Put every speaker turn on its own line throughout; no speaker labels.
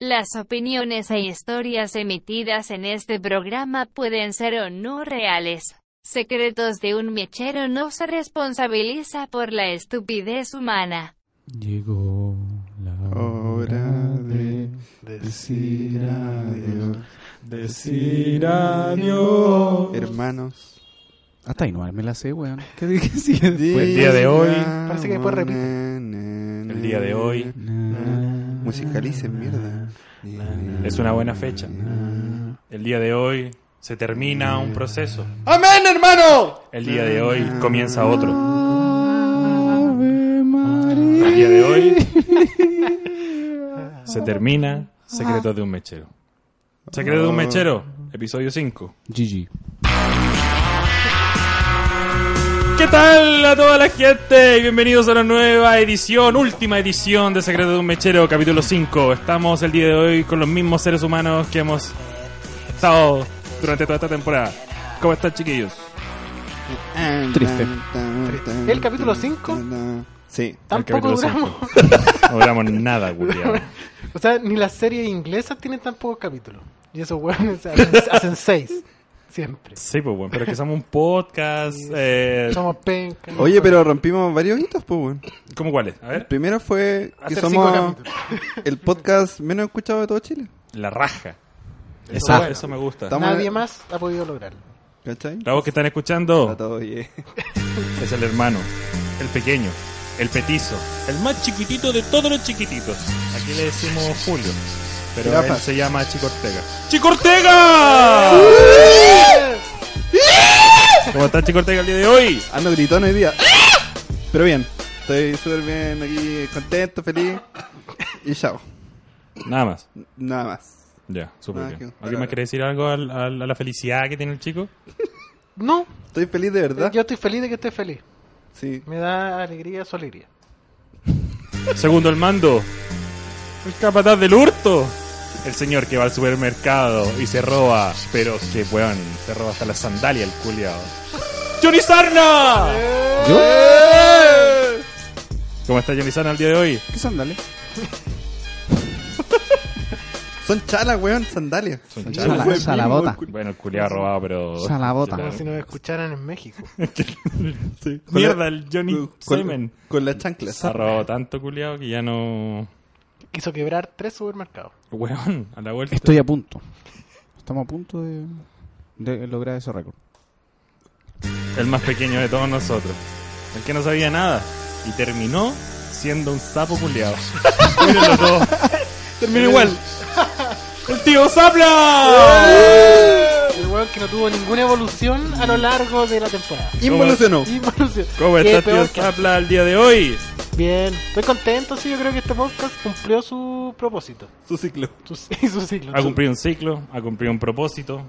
Las opiniones e historias emitidas en este programa pueden ser o no reales. Secretos de un mechero no se responsabiliza por la estupidez humana.
Llegó la hora de decir adiós. Decir adiós.
Hermanos.
Hasta ahí no me la sé, weón. ¿Qué dije? Sí,
el
después.
día de hoy.
Parece
que después repite.
El
El día de hoy
Musicalicen, mierda.
es una buena fecha. El día de hoy se termina un proceso.
¡Amén, hermano!
El día de hoy comienza otro. El día de hoy se termina Secretos de un Mechero. Secretos de un Mechero, episodio 5.
GG.
¿Qué tal a toda la gente? Bienvenidos a la nueva edición, última edición de Secreto de un Mechero, capítulo 5. Estamos el día de hoy con los mismos seres humanos que hemos estado durante toda esta temporada. ¿Cómo están, chiquillos?
Triste.
¿El capítulo cinco?
Sí.
Tampoco
El capítulo
duramos.
cinco. No duramos nada, Julián.
O sea, ni las series inglesas tienen tan pocos capítulos. Y esos hueones hacen, hacen seis. Siempre.
Sí, pues bueno, pero es que somos un podcast. Eh,
Somos pencas.
Oye, pero rompimos varios hitos, pues, weón.
¿Cómo cuáles? A ver,
Primero fue que
Hacer cinco
somos
capítulos.
el podcast menos escuchado de todo Chile.
la raja.
Eso
Eso,
bueno.
eso me gusta.
Estamos-
Nadie más ha podido lograrlo.
¿Cachai?
La voz que están
Está
escuchando
todo bien.
es el hermano, el pequeño, el petizo, el más chiquitito de todos los chiquititos. Aquí le decimos Julio, pero
Jirafa.
él se llama Chico Ortega. ¡Chico Ortega! ¿Cómo está Chico Ortega el día de hoy?
Ando gritón hoy día. Pero bien, estoy súper bien aquí, contento, feliz. Y chao.
Nada más.
Nada más.
Ya,
Ah,
súper
qué-
bien. ¿Alguien más quiere decir algo al- al- a la felicidad que tiene el chico?
No,
Estoy feliz de verdad.
yo estoy feliz de que estés feliz.
Sí.
Me da alegría su alegría.
Segundo al mando, el capataz del hurto. El señor que va al supermercado y se roba, pero que weón, se roba hasta la sandalia el culiao. ¡Johnny Sarna!
¿Yo?
¿Cómo está Johnny Sarna el día de hoy?
¿Qué sandales?
Son chalas, weón, sandalias.
Son
Sala-
chalas.
Salabota.
Bueno, el culiao ha robado, pero.
Salabota.
Como si nos escucharan en México.
Mierda, el Johnny
Con,
Semen.
con las chanclas.
Se ha robado tanto culiao que ya no.
Quiso quebrar tres supermercados.
Weón, a la vuelta.
Estoy a punto. Estamos a punto de, de lograr ese récord.
El más pequeño de todos nosotros. El que no sabía nada. Y terminó siendo un sapo culiao. Mírenlo todo. Terminó igual. ¡El tío Zapla! ¡Eh!
El weón que no tuvo ninguna evolución a lo largo de la temporada.
Involucionó.
Involución.
¿Cómo
Y
está
es
tío
peor que antes.
Zapla el día de hoy?
Bien, estoy contento, sí, yo creo que este podcast cumplió su propósito
Su ciclo.
su, y su ciclo.
Ha cumplido un ciclo, ha cumplido un propósito.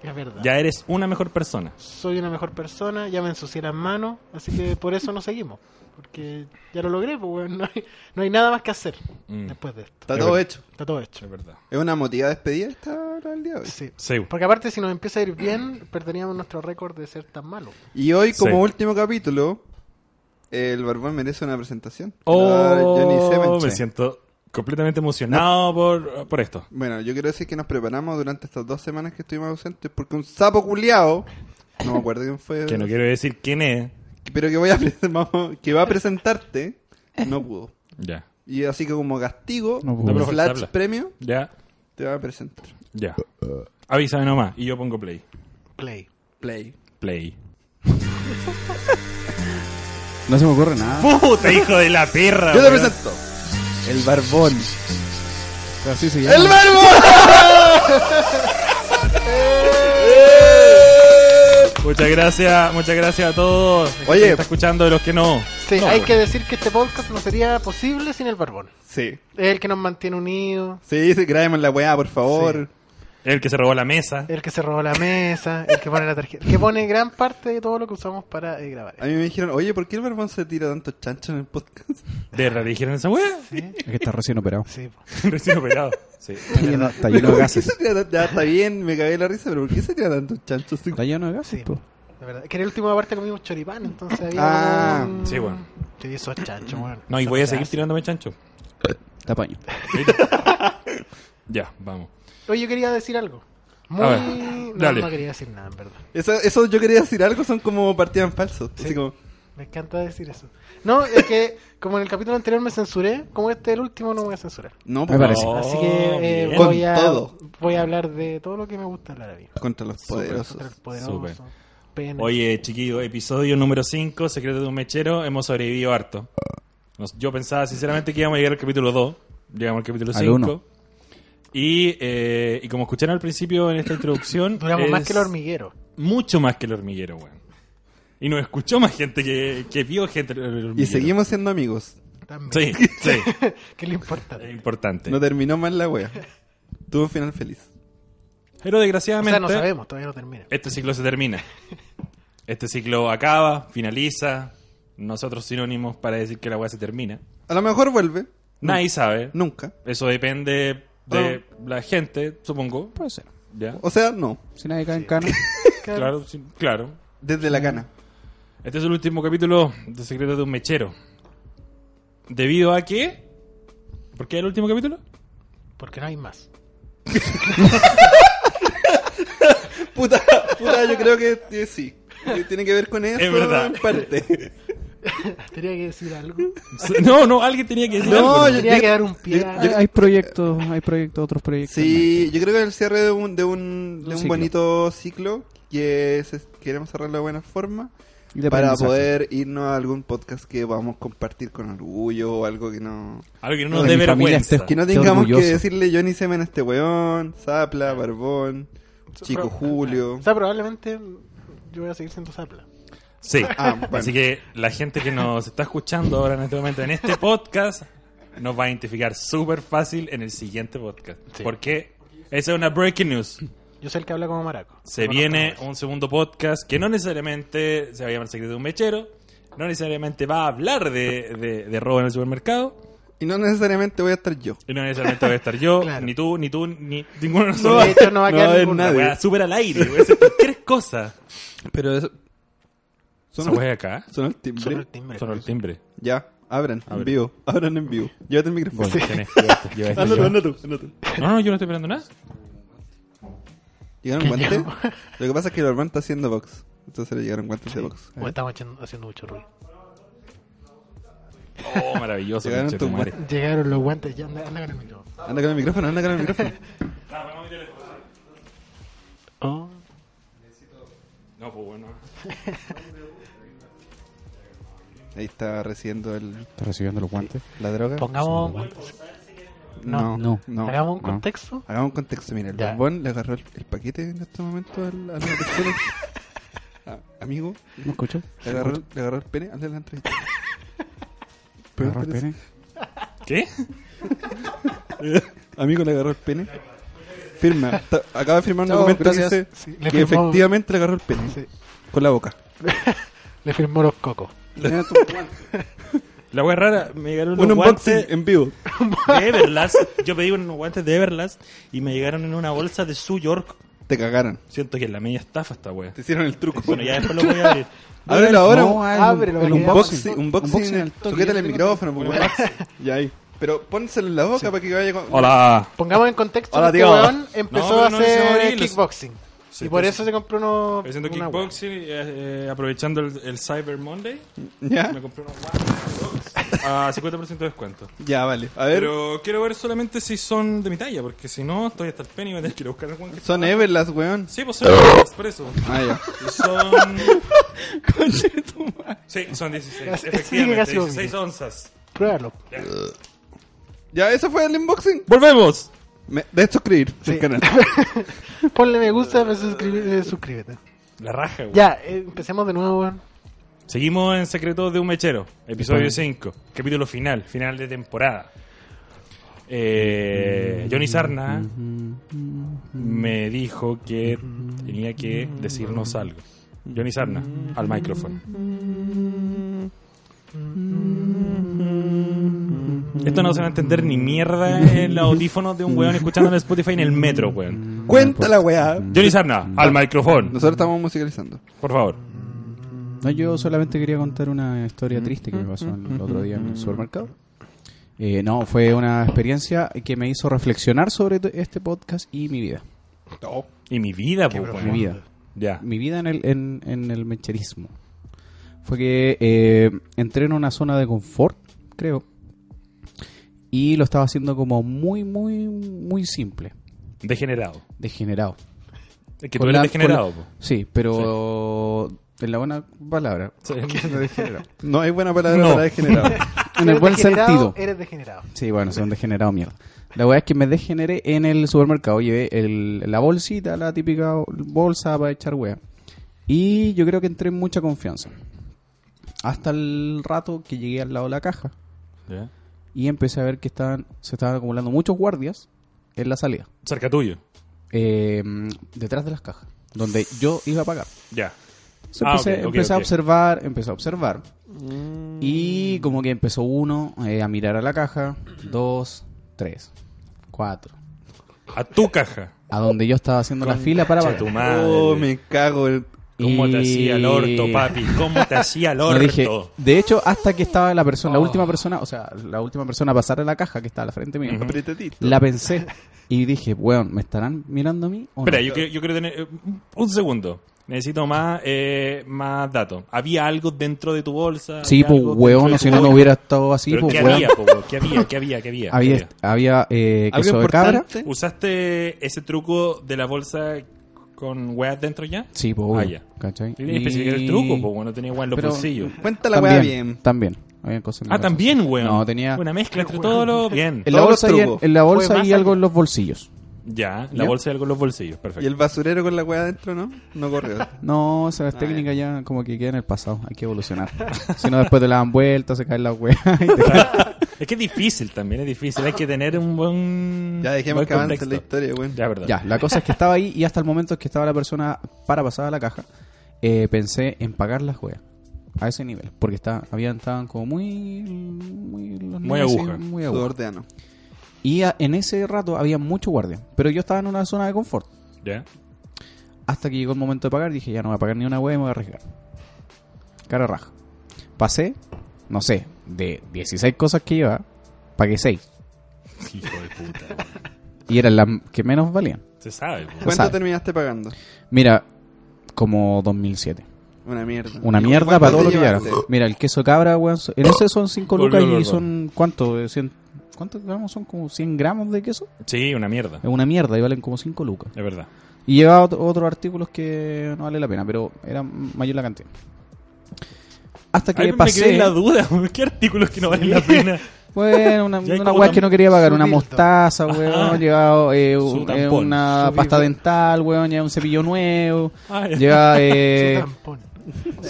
Es verdad.
Ya eres una mejor persona.
Soy una mejor persona, ya me ensucié las manos, así que por eso nos seguimos. Porque ya lo logré, pues weón, no, hay, no hay nada más que hacer
Mm.
después de esto.
Está todo hecho.
Está todo hecho.
Es verdad.
Es una motivada despedida esta hora del día de hoy.
Sí.
Sí.
Porque aparte si nos empieza a ir bien, perderíamos nuestro récord de ser tan malo.
Y hoy, como
Sí.
último capítulo, el Barbón merece una presentación. Ah, Johnny Seven,
Oh,
sí.
me siento completamente emocionado por, por esto.
Bueno, yo quiero decir que nos preparamos durante estas dos semanas que estuvimos ausentes porque un sapo culiao, no me acuerdo quién fue,
Que no quiero decir quién es.
pero que, voy a, pre- vamos, que va a presentarte, no pudo.
Ya.
Y así que como castigo,
No pudo.
No, pero
Flash
habla.
Premio,
Ya.
te va a presentar.
Ya. Avísame nomás y yo pongo play.
Play.
Play.
Play.
No se me ocurre nada.
¡Puta, hijo de la perra!
Yo te
weón!
presento.
El barbón. Así se llama.
¡El Barbón!
Muchas gracias, muchas gracias a todos.
Oye.
Está escuchando de los que no.
Sí,
No,
hay
bueno.
que decir que este podcast no sería posible sin el barbón.
Sí.
Es el que nos mantiene unidos,
Sí, sí, grabemos la weá, por favor.
El que se robó la mesa.
el que se robó la mesa, el que pone la tarjeta, el que pone gran parte de todo lo que usamos para eh, grabar.
A mí me dijeron, oye, ¿por qué el barbón se tira tanto chancho en el podcast?
¿De verdad le dijeron esa weá?
Es que está recién operado.
Sí, po.
Recién operado. Sí.
Está lleno, está lleno de
¿Por qué
gases.
se tira tan- ya está bien, me cagué la risa, pero ¿por qué se tira tanto chancho? así?
Está lleno de gases.
Sí.
po.
la verdad. Es que en el último parte comimos choripán, entonces había.
Ah,
un-
sí, bueno.
Sí, eso es chancho, bueno.
No, y
Eso
voy a
se
seguir
hace.
tirándome chancho.
Te apaño.
Ya, vamos.
Oye, yo quería decir algo. Muy.
ver,
No,
dale.
no quería decir nada, en verdad.
Eso, eso yo quería decir algo, son como partidas en falso. Así como,
Me encanta decir eso. No, es que como en el capítulo anterior me censuré, como este es el último no me voy a censurar.
no,
Me parece.
Oh,
Así que eh,
bien.
voy,
Con
a,
todo.
voy a hablar de todo lo que me gusta hablar a mí.
contra los poderosos.
Contra el poderoso,
Súper.
pene.
Oye, chiquillo, episodio número 5, Secreto de un Mechero. Hemos sobrevivido harto. Nos- yo pensaba sinceramente que íbamos a llegar al capítulo 2. Llegamos al capítulo
Al uno.
5. Y, eh, y como escucharon al principio en esta introducción.
Duramos más
es
que el hormiguero.
Mucho más que el hormiguero, weón. Y nos escuchó más gente que, que vio gente. del hormiguero.
Y seguimos siendo amigos.
También.
Sí, sí.
que le importa.
es importante.
No terminó mal la wea. Tuvo un final feliz.
Pero
O
desgraciadamente.
sea, no sabemos, todavía no termina.
Este ciclo se termina. Este ciclo acaba, finaliza. Nosotros sinónimos para decir que la weá se termina.
A lo mejor vuelve.
Nadie sabe.
Nunca.
Eso depende de la gente, supongo.
Puede ser.
¿Ya?
O sea, no.
Si nadie cae en cana.
Claro, sí, claro.
Desde la cana.
Este es el último capítulo de Secretos de un Mechero. Debido a que... ¿Por qué el último capítulo?
Porque no hay más.
Puta, puta, yo creo que eh, sí. Que Tiene que ver con eso.
Es verdad.
En parte.
Tenía que decir algo.
No, no, alguien tenía que decir algo.
No,
pues,
yo-
Tenía
yo-
que dar un pie.
yo-
a-
Hay, hay proyectos, hay proyectos, otros proyectos.
Sí, yo creo que es el cierre de un, de un, de
Un
un
ciclo.
bonito ciclo que se- queremos cerrarlo de buena forma
Y de
para
aprendizaje.
poder irnos a algún podcast que vamos a compartir con orgullo o algo que no
Algo que no
No,
nos
mi
dé
familia
vergüenza.
está
que no
Qué
tengamos que
orgulloso.
decirle Johnny Semen a este weón, Zapla, Barbón, Chico
Pro-
Julio.
O sea, probablemente yo voy a seguir siendo Zapla.
Sí.
Ah, bueno.
Así que la gente que nos está escuchando ahora en este momento en este podcast nos va a identificar súper fácil en el siguiente podcast.
Sí.
Porque esa es una breaking news.
Yo soy el que habla como maraco.
Se
No
viene
conozco
un segundo podcast que no necesariamente se va a llamar Secreto de un Mechero, no necesariamente va a hablar de, de- de robo en el supermercado,
Y no necesariamente voy a estar yo.
y no necesariamente va a estar yo,
Claro.
ni tú, ni tú, ni ninguno de
más. De
nosotros.
hecho, no va a
No
quedar
va a haber
ninguno.
nadie.
Wea, súper al aire, wea, hacer cualquier cosa.
Pero eso...
Esa
Son,
wea acá,
son el timbre.
Sonó el timbre.
sonó el timbre.
Ya, abran,
Abran.
en vivo. Abran en vivo. Llévate el micrófono. Ah,
Bueno, tenés, llevaste- llevaste-
Hazlo tú, hazlo tú, hazlo tú.
No, no, yo no estoy esperando nada.
¿Llegaron guantes? Lo que pasa es que el Barbón está haciendo box. Entonces le llegaron guantes de box.
Bueno, estamos haciendo, haciendo mucho ruido.
Oh, maravilloso.
Llegaron
conche tu
tus
madre.
Llegaron los guantes, ya anda, anda con el micrófono.
Anda con el micrófono, anda con el micrófono.
Oh.
No, pues bueno.
Ahí está recibiendo el,
Está recibiendo los guantes.
la droga.
Pongamos guantes.
No,
No.
Hagamos
no.
un contexto.
Hagamos un contexto, mira, el
Ya.
bombón le agarró el, el paquete en este momento al, al a- amigo,
¿Me escuchas?
le agarró, el- le agarró el pene, hazle la entrevista.
¿Me
Pero
agarró el
parece-
pene?
¿Qué?
Amigo le agarró el pene. Firma, está- acaba de firmar un
No,
documento
gracias.
que dice
Sí, le
que
firmó-
efectivamente le agarró el pene.
Sí.
Con la boca.
Le firmó los cocos.
Mira tú, guante.
La wea rara, me llegaron
Un
unos
unboxing
guantes
en vivo.
de Everlast. Yo pedí unos guantes de Everlast y me llegaron en una bolsa de Su York.
Te cagaron.
Siento que es la media estafa esta wea.
Te hicieron el truco.
Bueno, ya después lo voy a abrir.
Ábrelo ahora.
No, ah, el-
Ábrelo,
el
para que veamos.
unboxing.
unboxing, unboxing.
al
el-
toque.
Sujétale el micrófono, pues, weón. Ya ahí. Pero pónselo en la boca para que vaya con...
Hola.
Pongamos en contexto
Hola,
que
tío.
este weón empezó
No,
a
no, no, se va a
hacer
abrir, los-
kickboxing.
Sí,
y por
pues,
eso se compró uno.
Haciendo
una wea.
kickboxing, eh, eh, aprovechando el, el Cyber Monday,
Ah.
¿Ya?
me compré unos guantes a 50% de descuento.
Ya, vale. A ver.
Pero quiero ver solamente si son de mi talla, porque si no, estoy hasta el penny y voy a tener que ir a buscar el guante. que-
Son Everlast, weón.
Sí, pues son los presos.
Ah, ya.
Y son. Sí, son 16.
Casi-
Efectivamente,
sí, casi
16 onzas.
Pruébalo.
Ya, eso fue el unboxing.
¡Volvemos!
Me- de suscribir
Sí.
al canal.
Ponle me gusta, pues, suscribí- eh, suscríbete.
La raja, güey.
Ya, eh, empecemos de nuevo, weón.
Seguimos en Secretos de un Mechero, episodio 5, capítulo final, final de temporada. Eh, Johnny Sarna me dijo que tenía que decirnos algo. Johnny Sarna, al micrófono. Esto no se va a entender ni mierda en los audífonos de un weón escuchando en Spotify en el metro, weón.
Cuenta
pues.
la
Mm.
weá.
Johnny Sarna, al micrófono,
Nosotros estamos musicalizando.
por favor.
No, yo solamente quería contar una historia triste que me pasó el otro día en el supermercado. Eh, no, fue una experiencia que me hizo reflexionar sobre t- este podcast y mi vida.
Y mi vida, pues, weón.
Mi vida.
Ya.
Mi vida en el, en, en el mecherismo. Fue que eh, entré en una zona de confort, creo. Y lo estaba haciendo como muy, muy, muy simple.
Degenerado.
Degenerado.
Es que tú
Con
eres
la-
degenerado,
con
po.
la- Sí, pero en la buena palabra.
No hay buena palabra
No.
para degenerado.
En el
Eres
buen
degenerado,
sentido.
Eres degenerado.
Sí, bueno, soy un degenerado mierda. La weá es que me degeneré en el supermercado. Llevé el- la bolsita, la típica bolsa para echar weá. Y yo creo que entré en mucha confianza. Hasta el rato que llegué al lado de la caja
Ya.
y empecé a ver que estaban, se estaban acumulando muchos guardias en la salida.
Cerca tuyo.
eh, detrás de las cajas, donde yo iba a pagar.
Ya.
Entonces
Ah,
empecé,
ok, ok,
empecé a
ok. Mm.
observar, empecé a observar. Y como que empezó uno eh, a mirar a la caja, dos, tres, cuatro.
A tu caja.
A donde yo estaba haciendo la fila para
Concha
pagar.
tu madre.
Oh, me cago. en-
¿Cómo te
Y-
hacía el orto, papi? ¿Cómo te hacía el
No,
orto? Oh.
dije, de hecho, hasta que estaba la persona, la última persona, o sea, la última persona a pasar a la caja que estaba a la frente mía,
Apretadito.
la pensé y dije, weón, ¿me estarán mirando a mí o no?
Espera, yo, quiero- yo quiero tener. eh, Un segundo. Necesito más, eh, más datos. ¿Había algo dentro de tu bolsa?
Sí,
¿Había
pues
algo
weón,
dentro
o
de
si
tu
no, no
bolsa?
hubiera estado así,
¿Pero
pues
¿Qué
weón.
había, po, weón? ¿Qué había? ¿Qué había? ¿Qué había? ¿Qué
Había,
había?
había eh,
¿Algo
queso de cabra.
importante?
¿Usaste ese truco de la bolsa con weas dentro ya?
Sí, pues,
Ah,
obvio,
ya.
¿cachai?
Tienes que especificar el truco, pues, no tenía weas en los
Pero-
bolsillos.
Cuenta la weá
también,
bien.
También. Habían cosas en
Ah,
la
también, weón.
No, tenía-
Una mezcla entre todo lo. Bien.
En la
Todos los
bolsa, y en,
trucos.
en la bolsa
Fue
y
más
algo
allá.
en los bolsillos.
Ya, la
¿Ya?
bolsa y algo en los bolsillos. Perfecto.
Y el basurero con la weá adentro, ¿no? No corrió.
No, esa
Ah,
es técnica ya como que queda en el pasado. Hay que evolucionar. si no, después te la dan vuelta, se caen las weas. y te caen-
Es que es difícil también, es difícil. Hay que tener un buen.
Ya dejemos
buen
que avance
contexto.
la historia, weón.
Ya, verdad.
ya, la cosa es que estaba ahí y hasta el momento que estaba la persona para pasar a la caja, eh, pensé en pagar las weas. A ese nivel. Porque está, habían, estaban como muy... Muy, los
Muy
niños, sí,
aguja.
Muy aguja.
Sudor de ano.
Y a- en ese rato había mucho guardia. Pero yo estaba en una zona de confort.
Ya.
Hasta que llegó el momento de pagar, dije, ya no voy a pagar ni una hueá y me voy a arriesgar. Cara raja. Pasé, no sé, de 16 cosas que llevaba, pagué 6.
Hijo de puta. weón.
Y eran las que menos valían.
Se sabe, weón.
¿Cuánto
sabe.
terminaste pagando?
Mira, como 2007.
Una mierda.
Una
¿Y
mierda
cuánto
para todo
te
lo que llevaron.
llevaste?
Mira, el queso cabra, weón, so- en ese son 5
Volvió
lucas
loco.
y son, ¿cuánto? Eh, cien- ¿Cuántos gramos son? Como 100 gramos de queso.
Sí, una mierda.
Es una mierda y valen como 5 lucas.
Es verdad.
Y llevaba ot- otros artículos que no vale la pena, pero era m- mayor la cantidad. Hasta que
Ay,
pasé.
Me quedé en la duda, weón. ¿Qué artículos que no valen la pena?
Bueno, una,
Ya hay
una
como
weá
tam-
que no quería pagar, una
su dildo.
mostaza, weón, llegaba eh,
Su
un- eh,
tampón.
una
Su
pasta
dildo.
dental, weón, llegaba un cepillo nuevo,
Ah, ya.
llegaba...
Su
Eh,
tampón.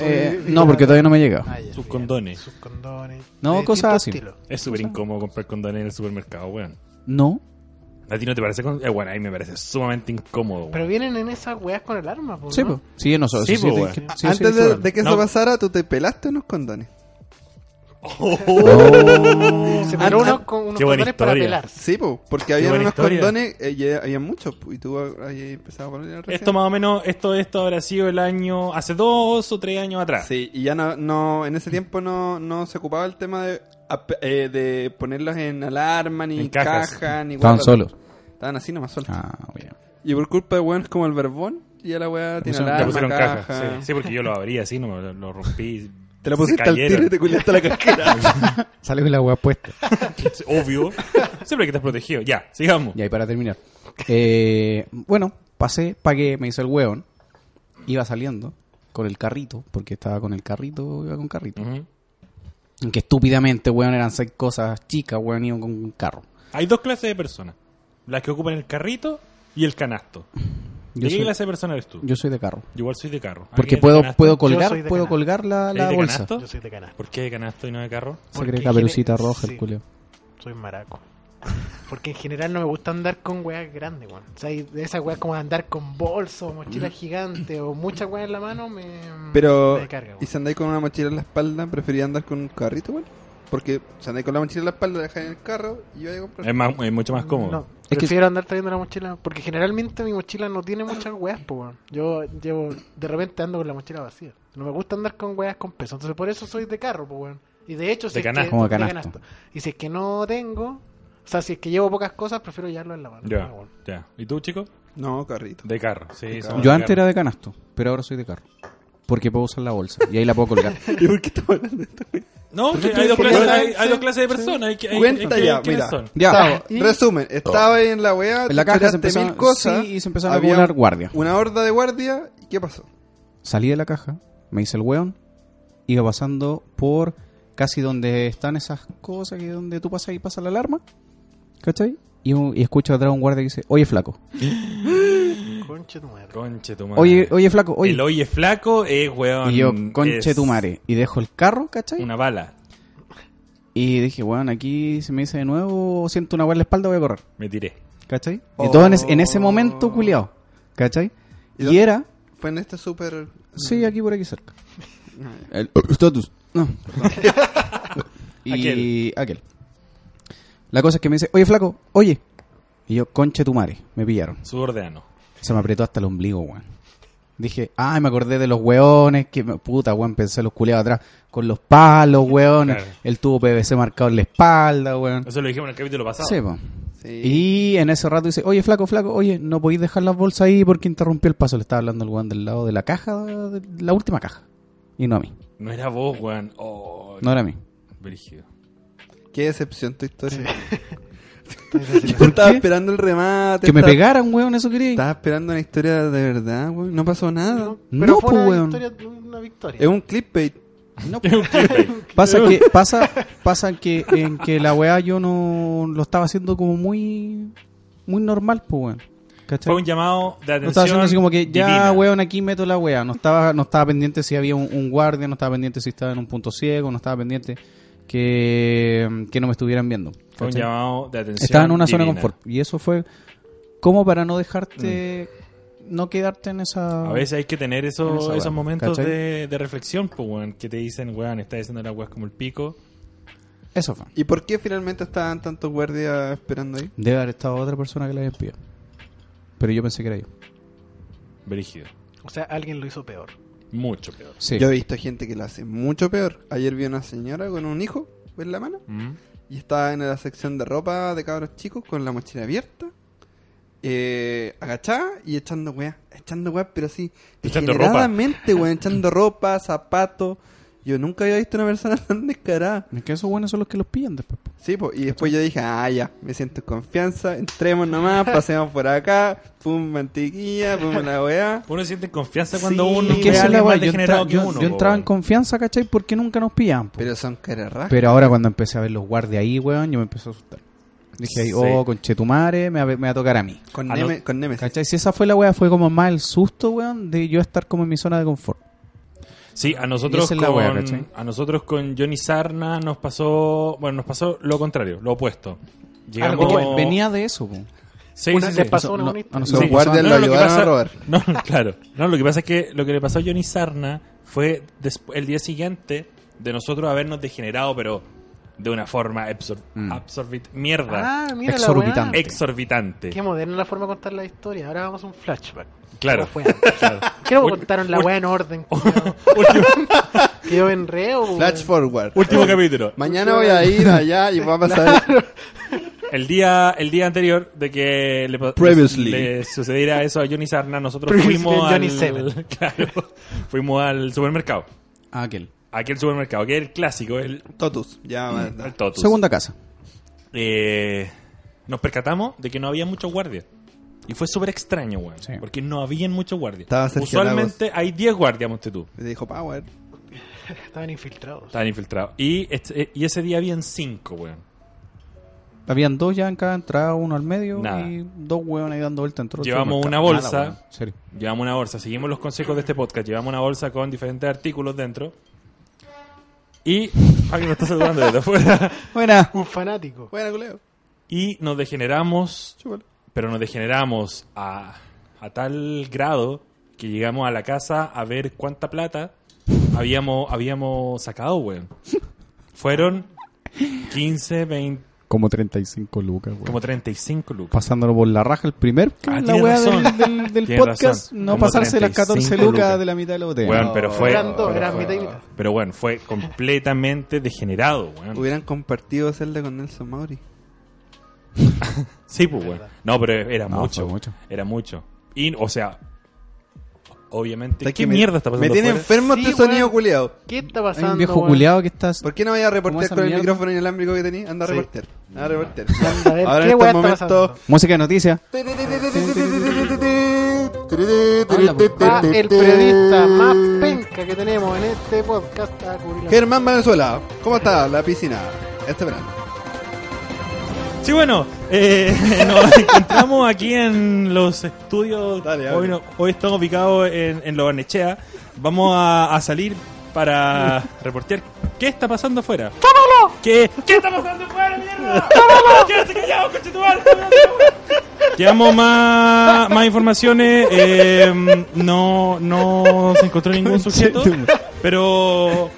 eh, no, porque todavía no me llega.
Ah, ya,
Sus
bien.
condones.
Sus condones.
No,
De
cosas así.
distinto estilo.
Es súper incómodo comprar condones en el supermercado, weón.
No,
¿A ti no te parece? Con... Eh, bueno, a mí me parece sumamente incómodo, weón.
Pero vienen en esas weas con el arma, po,
sí,
¿no?
pues. Sí, no sé.
Sí,
sí,
po,
sí,
weón.
que- sí, sí,
Antes
sí,
de,
weón.
de que
No.
eso pasara, tú te pelaste unos condones.
Oh, pues.
Se
Ah,
paró
ah,
unos, con, unos
qué buena
condones para
historia.
pelar.
Sí, po, porque había
buena
unos
historia.
condones, eh, y había muchos, po, y tú ah, ahí empezabas a poner recién.
Esto más o menos, esto, esto habrá sido el año, hace dos o tres años atrás.
Sí, y ya no, no en ese tiempo no, no se ocupaba el tema de, ap- eh, de ponerlos en alarma, ni
En cajas.
caja, ni
Estaban
guarda-
solos.
Estaban así nomás solos.
Ah, bien.
Y por culpa de weones como el verbón, ya la weá tiene
pusieron-
Le
Arma,
alarma,
pusieron caja.
caja.
Sí, sí, porque yo lo abrí así, no me lo, lo rompí.
Te la
Se
pusiste al
cayeron.
tiro y te culiaste la cascara.
Sale con la weá puesta.
Obvio. Siempre que te has protegido. Ya, sigamos.
Y ahí para terminar. Eh, bueno, pasé, pagué, me hizo el weón. Iba saliendo con el carrito, porque estaba con el carrito, iba con carrito.
Ujú.
Que estúpidamente, weón, eran seis cosas chicas, weón, iban con un carro.
Hay dos clases de personas. Las que ocupan el carrito y el canasto. ¿De
Yo
qué
soy-
clase de persona eres tú?
Yo soy de carro.
Yo igual soy de carro. Ah, ¿eres
Porque
de
puedo,
canasto?
puedo
Yo soy
colgar,
de
puedo
canasto.
colgar la, la
¿Eres de
bolsa.
canasto?
Yo soy de canasto.
¿Por qué de canasto y no de carro?
Se cree
Porque
caperucita
gene-
roja
sí.
el culio.
Soy maraco. Porque en general no me gusta andar con weas grandes, weón. O sea, y de esas weas como andar con bolso,
Mm.
mochila gigante o muchas weas en la mano me.
Pero,
Me carga, weón.
¿y si andáis con una mochila en la espalda, prefería andar con un carrito, weón? Porque si andáis con la mochila en la espalda, la dejáis en el carro y yo voy a comprar.
Es, más- es mucho más cómodo.
No,
Es que-
prefiero andar trayendo la mochila. Porque generalmente mi mochila no tiene muchas weas, po, weón. Yo llevo. De repente ando con la mochila vacía. No me gusta andar con weas con peso. Entonces por eso soy de carro, po, weón. Y de hecho, si
De
es
canasto.
que-
Como
de
canasto.
Y si es que no tengo. O sea, si es que llevo pocas cosas, prefiero llevarlo en la mano.
Ya,
Ah, weón.
ya. ¿Y tú, chico?
No, carrito.
De carro. Sí,
De
somos
carro.
de
Yo antes
carro.
era de canasto, pero ahora soy de carro. Porque puedo usar la bolsa y ahí la puedo colgar.
¿Y por qué estamos hablando de esto, weón?
No, que hay,
tú querías
dos clases, hay,
saber,
hay
sí,
dos clases de
sí.
personas. Hay, que- hay,
Cuenta
hay-
ya,
¿quiénes
mira.
son?
ya,
Y-
Resumen, estaba ahí en la weá,
Oh. En la caja se
choraste
empezó-
mil cosas,
sí, y se empezaron a
había
acumular guardia.
Una horda de guardia, ¿y qué pasó?
salí de la caja, me hice el weón, iba pasando por casi donde están esas cosas que donde tú pasas y pasa la alarma, ¿cachai? Y, un- y escucho atrás un guardia que dice, oye flaco,
Conche tu madre.
Conche tu madre.
oye, oye flaco, oye.
El oye flaco es, weón.
Y yo, conche
es
tu madre. Y dejo el carro, ¿cachai?
Una bala.
Y dije, bueno, aquí se me dice de nuevo, siento una hueá en la espalda, voy a correr.
Me tiré.
¿Cachai?
Oh.
Y todo en, es- en ese momento, culiao. ¿Cachai?
¿Y
Y
dónde-
era,
Fue en este súper...
sí, aquí por aquí cerca. El status. No. y aquel. La cosa es que me dice, oye, flaco, oye. Y yo, conche tu madre, me pillaron.
Subordeano.
Se me apretó hasta el ombligo, weón. Dije, ay, me acordé de los weones, que me- puta, weón, pensé los culeados atrás con los palos, weón,
Claro.
el tubo PVC marcado en la espalda, weón.
Eso lo dijimos en el capítulo pasado.
Sí, po.
Sí.
Y en ese rato dice, oye, flaco, flaco, oye, no podéis dejar las bolsas ahí porque interrumpió el paso. Le estaba hablando el weón del lado de la caja, de la última caja. Y no a mí,
No era vos, weón. Oh,
no era a mí.
Brígido.
Qué decepción tu historia.
Entonces, así,
Yo estaba
qué?
esperando el remate.
Que me
estaba-
pegaran, weón, eso quería.
Estaba esperando una historia de verdad, weón. No pasó nada.
no,
No,
pero fue
po,
una
weón.
victoria, una victoria.
Es un clickbait.
No, pasa que pasa pasa que en que la weá yo no lo estaba haciendo como muy muy normal, pues weón. ¿Cachai?
Fue un llamado de atención.
Lo estaba haciendo así como que ya
divina.
weón aquí meto la weá, no estaba no estaba pendiente si había un, un guardia, no estaba pendiente si estaba en un punto ciego, no estaba pendiente que, que no me estuvieran viendo.
Fue un
¿cachai?
llamado de atención.
Estaba en una zona de
divina.
confort y eso fue como para no dejarte no quedarte en esa
Mm. A veces hay que tener
En
eso-
esa weá,
esos momentos
¿cachai?
de, de reflexión, pues, weón. Que te dicen, weón, está diciendo la weá como el pico.
eso fue.
¿Y por qué finalmente estaban tantos guardias esperando ahí?
Debe haber estado otra persona que la había espiado. Pero yo pensé que era yo.
Brígido.
O sea, alguien lo hizo peor.
Mucho peor.
Sí.
Yo he visto gente que la hace mucho peor. Ayer vi una señora con un hijo en la mano
Mm.
y estaba en la sección de ropa de cabros chicos con la mochila abierta, eh, agachada y echando weá. Echando weá, pero así,
Echando ropa.
degeneradamente, weón. Echando ropa, zapatos. Yo nunca había visto una persona tan descarada.
Es que esos buenos son los que los pillan después. po.
Sí, po, y después yo dije, ah, ya, me siento en confianza, entremos nomás, pasemos por acá, pum, mantequilla, pum, la weá.
Uno siente confianza cuando
Sí,
uno
es
que
ve a
esa es la
alguien
weá,
más
yo,
degenerado
entra-
que
yo-
uno.
yo
po,
entraba en
weón.
confianza, ¿cachai? Porque nunca nos pillaban. po. Pero,
Pero son cararrajas.
ahora cuando empecé a ver los guardias ahí, weón, yo me empecé a asustar. Dije, ahí,
Sí.
oh, conchetumare, me va, me va a tocar a mí.
Con,
A
neme-
lo-
con Nemesis.
¿Cachai? Si esa fue la weá, fue como más el susto, weón, de yo estar como en mi zona de confort.
Sí, a nosotros,
Esa es la
con,
weá, ¿cachai?
a nosotros con Johnny Sarna nos pasó, bueno, nos pasó lo contrario, lo opuesto. Llegamos,
Porque venía de eso, po.
Sí,
Una-
sí,
le
sí.
pasó una
No,
bonita.
a
Los
nosotros
Sí.
guardias
No,
lo
lo que
ayudaron
pasa-
a robar.
No, claro. No, lo que pasa es que lo que le pasó a Johnny Sarna fue desp- el día siguiente de nosotros habernos degenerado, pero de una forma absor-
Mm.
absorbit mierda,
Ah, mira la
Exorbitante.
weá.
exorbitante.
Qué moderna la forma de contar la historia. Ahora vamos a un flashback.
Claro.
¿Cómo fue antes?
Claro.
Creo que
Un-
contaron la
un-
weá en orden. culiao. Quedó en reo. weón.
Flash forward.
Último capítulo.
Mañana voy a ir allá y va a pasar.
El día, el día anterior de que le, pa-
Previously.
le sucediera eso a Johnny Sarna, nosotros
Previously
fuimos
en Johnny
al,
Seven.
claro, fuimos al supermercado.
Ah, aquel.
Aquel supermercado, que es el clásico, el,
Totus. Ya va.
el Totus.
Segunda casa.
Eh, nos percatamos de que no había muchos guardias. Y fue súper extraño, weón.
Sí.
Porque no habían muchos guardias.
Estaba Sergio
Usualmente hay 10 guardias, monte tú.
Me dijo Power.
Estaban infiltrados.
eh, Estaban infiltrados. Y, este- y ese día habían 5, weón.
Habían dos ya en cada entrada, uno al medio
Nada.
y dos hueones ahí dando vuelta dentro del
Llevamos una
supermercado.
bolsa.
Mala, weón. Serio.
Llevamos una bolsa, seguimos los consejos de este podcast. Llevamos una bolsa con diferentes artículos dentro. Y. Alguien me está saludando desde afuera.
Buena.
Un fanático.
Buena, culeo.
Y nos degeneramos,
Chúpalo.
pero nos degeneramos a, a tal grado que llegamos a la casa a ver cuánta plata habíamos, habíamos sacado, weón. Fueron 15, 20,
Como 35 lucas, weón.
como 35 lucas.
Pasándolo por la raja el primer.
Ah,
la
tienes
weá
razón.
del, del- del
Tienes
podcast.
razón.
No
Como
pasarse las 14
35
lucas,
lucas.
de la mitad de la botella.
Weón, pero fue.
eran dos,
pero
eran
fue-
mitad y mitad.
Pero bueno, fue completamente degenerado, weón.
Hubieran compartido hacerle con Nelson Mauri.
Sí, pues, bueno. No, pero era
No,
mucho,
fue mucho.
Era mucho. Y, o sea, obviamente.
¿Sabes
¿Qué
me-
mierda está pasando?
Me tiene
afuera?
enfermo
Sí,
este sonido
weón.
culiado.
¿Qué está
Hay
pasando?
un viejo
weón?
culiado que estás.
¿Por qué no vaya a
¿Cómo
reportear
esa
con el
mierda?
micrófono inalámbrico que tenía? Anda a
Sí.
reportear. Anda a reportear.
Anda, a ver,
Ahora
¿qué
en este
weá
estos
está
momentos.
pasando?
Música de noticias.
Va Ah, el periodista más penca que tenemos en este podcast a cubrir la-
Germán Venezuela, ¿cómo está la piscina este verano?
Sí, bueno, eh, nos encontramos aquí en los estudios.
Dale,
hoy,
abre.
no- hoy estamos ubicados en, en Lo Barnechea. Vamos a, a salir para reportear qué está pasando afuera. ¿Qué, ¿Qué está pasando afuera, mierda? ¡Quédate callado, conchetumare! Llevamos más, más informaciones. eh, no, no se encontró ningún sujeto, pero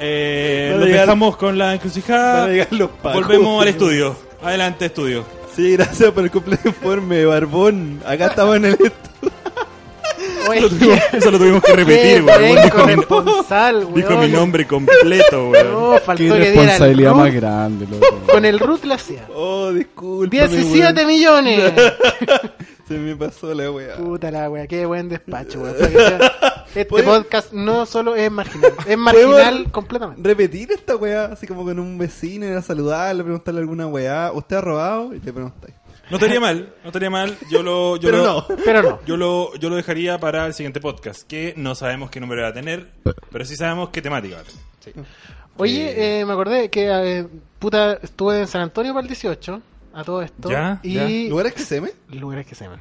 eh,
Van a
lo
llegar-
dejamos con la encrucijada.
van a llegar los pacos.
Volvemos al estudio. Adelante, estudio.
Sí, gracias por el cumple de informe, Barbón. Acá estamos en el
Oye,
Eso lo tuvimos que
qué
repetir, weón.
penco, responsal, weón.
Dijo mi nombre completo, weón.
No, faltó que diera el
responsabilidad más
root,
grande, loco.
Con el root la hacía.
Oh, disculpe.
17 millones.
Se me pasó la wea.
Puta la wea, qué buen despacho, wea. Para que sea- Este
Podemos-
podcast no solo es marginal, es marginal
¿Podemos-
completamente.
Repetir esta wea, así como con un vecino, ir a saludarle, preguntarle alguna wea. ¿Usted ha robado? Y le preguntáis.
No estaría mal, no estaría mal. Yo lo, yo
Pero
lo,
no.
Pero no.
Yo lo, yo lo dejaría para el siguiente podcast, que no sabemos qué número va a tener, pero sí sabemos qué temática va a tener.
Oye, eh, me acordé que eh, puta estuve en San Antonio para el 18 a todo esto
Ya,
y
¿Lugar exeme?
lugares que se ven.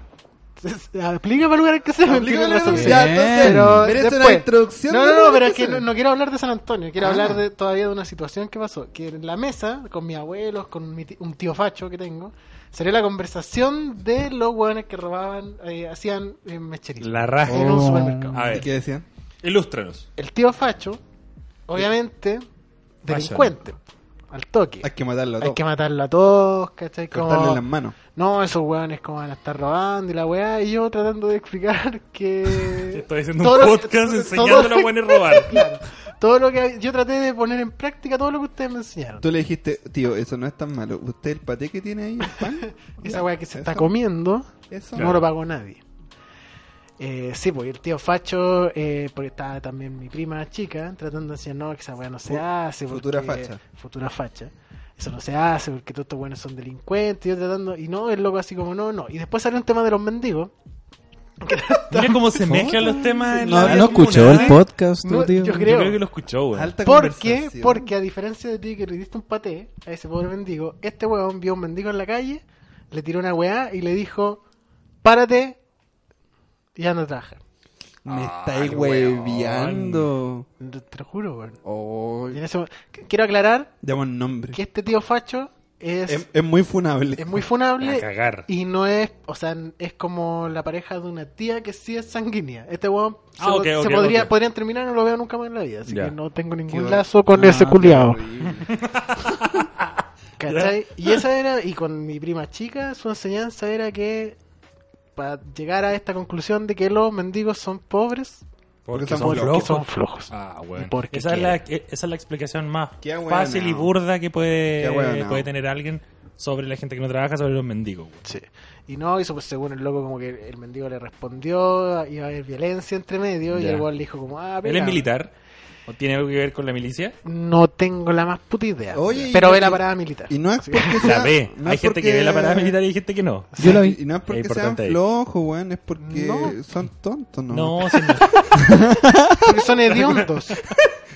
Aplica para lugares que se ven.
Aplica
tiene
la
razón.
razón.
Bien.
Ya, entonces,
Pero
merece una
después-
introducción.
No,
de
no, no,
lugar
pero es que no,
exeme.
no quiero hablar de San Antonio, quiero
Ah.
hablar de, todavía de una situación que pasó. Que en la mesa, con mis abuelos, con mi ti- un tío facho que tengo, salió la conversación de los hueones que robaban, eh, hacían eh, mecherito
La raja.
en un
Oh.
supermercado.
A
¿Y
ver,
qué decían?
ilústranos.
El tío facho, obviamente, delincuente, al toque.
Hay que matarlo a
Hay
todos.
que matarlo a todos, ¿cachai?
Cortarle
Como-
las manos.
no, esos hueones como van a estar robando y la weá, y yo tratando de explicar que...
Estoy haciendo
todo
un
lo-
podcast
todo-
enseñando a
todo-
los buenos a robar.
Claro. Todo lo que yo traté de poner en práctica todo lo que ustedes me enseñaron.
Tú le dijiste, tío, eso no es tan malo. ¿Usted el paté que tiene ahí, el pan?
Esa weá que se está
eso-
comiendo
Eso
no lo pagó nadie. Eh, sí, porque el tío Facho, eh, porque estaba también mi prima chica, tratando de decir, no, que esa weá no se
Fu-
hace. porque-
futura facha.
Futura facha. Eso no se hace porque todos estos buenos son delincuentes. Y yo tratando, y no, el loco así como, no, no. Y después salió un tema de los mendigos.
Mira cómo se mezclan los temas en la
No,
vida
no
común,
escuchó
¿eh?
el podcast,
No,
tú, tío.
yo creo-
Yo creo que lo escuchó, weón.
Alta
Porque,
conversación.
porque a diferencia de ti que le diste un paté a ese pobre mendigo, este weón vio a un mendigo en la calle, le tiró una weá y le dijo, párate y anda a trabajar.
Me
Ay,
estáis
weón.
hueviando.
Te lo juro, weón.
Oh,
Y en ese mo- qu- Quiero aclarar
llamo el nombre.
que este tío facho es,
Es, es muy funable.
Ah,
es muy
A
funable
cagar.
y no es, o sea, n- es como la pareja de una tía que sí es sanguínea. Este weón se,
Ah,
po-
ok,
se
ok,
podría,
ok.
podrían terminar, no lo veo nunca más en la vida, así
Ya.
que no tengo
Qué
ningún
hor-
lazo con
Ah,
ese
qué
culiado.
horrible.
¿Cachai? Y esa era, y con mi prima chica, su enseñanza era que para llegar a esta conclusión de que los mendigos son pobres,
Porque
son
son
flojos.
porque
flojos.
son flojos.
Ah, weón.
¿Y por qué
Esa es, la, esa es la explicación más
Qué weón,
fácil y
no.
burda que puede,
Qué weón, no.
puede tener alguien sobre la gente que no trabaja, sobre los mendigos. weón.
Sí. Y no, hizo pues según el loco como que el mendigo le respondió, iba a haber violencia entre medio, y
Ya.
el weón le dijo como, ah,
¿Él
pega.
es militar? ¿O tiene algo que ver con la milicia?
No tengo la más puta idea.
Oye, y-
pero ve
y-
la parada militar.
Y no es porque sea,
La ve.
no
hay
es
gente que
porque-
ve la parada militar y hay gente que no.
Yo la vi.
Y no es porque
Es
sean
importante ahí.
flojos, weón. Es porque
No.
son tontos, ¿no?
No, si no.
Porque son hediondos.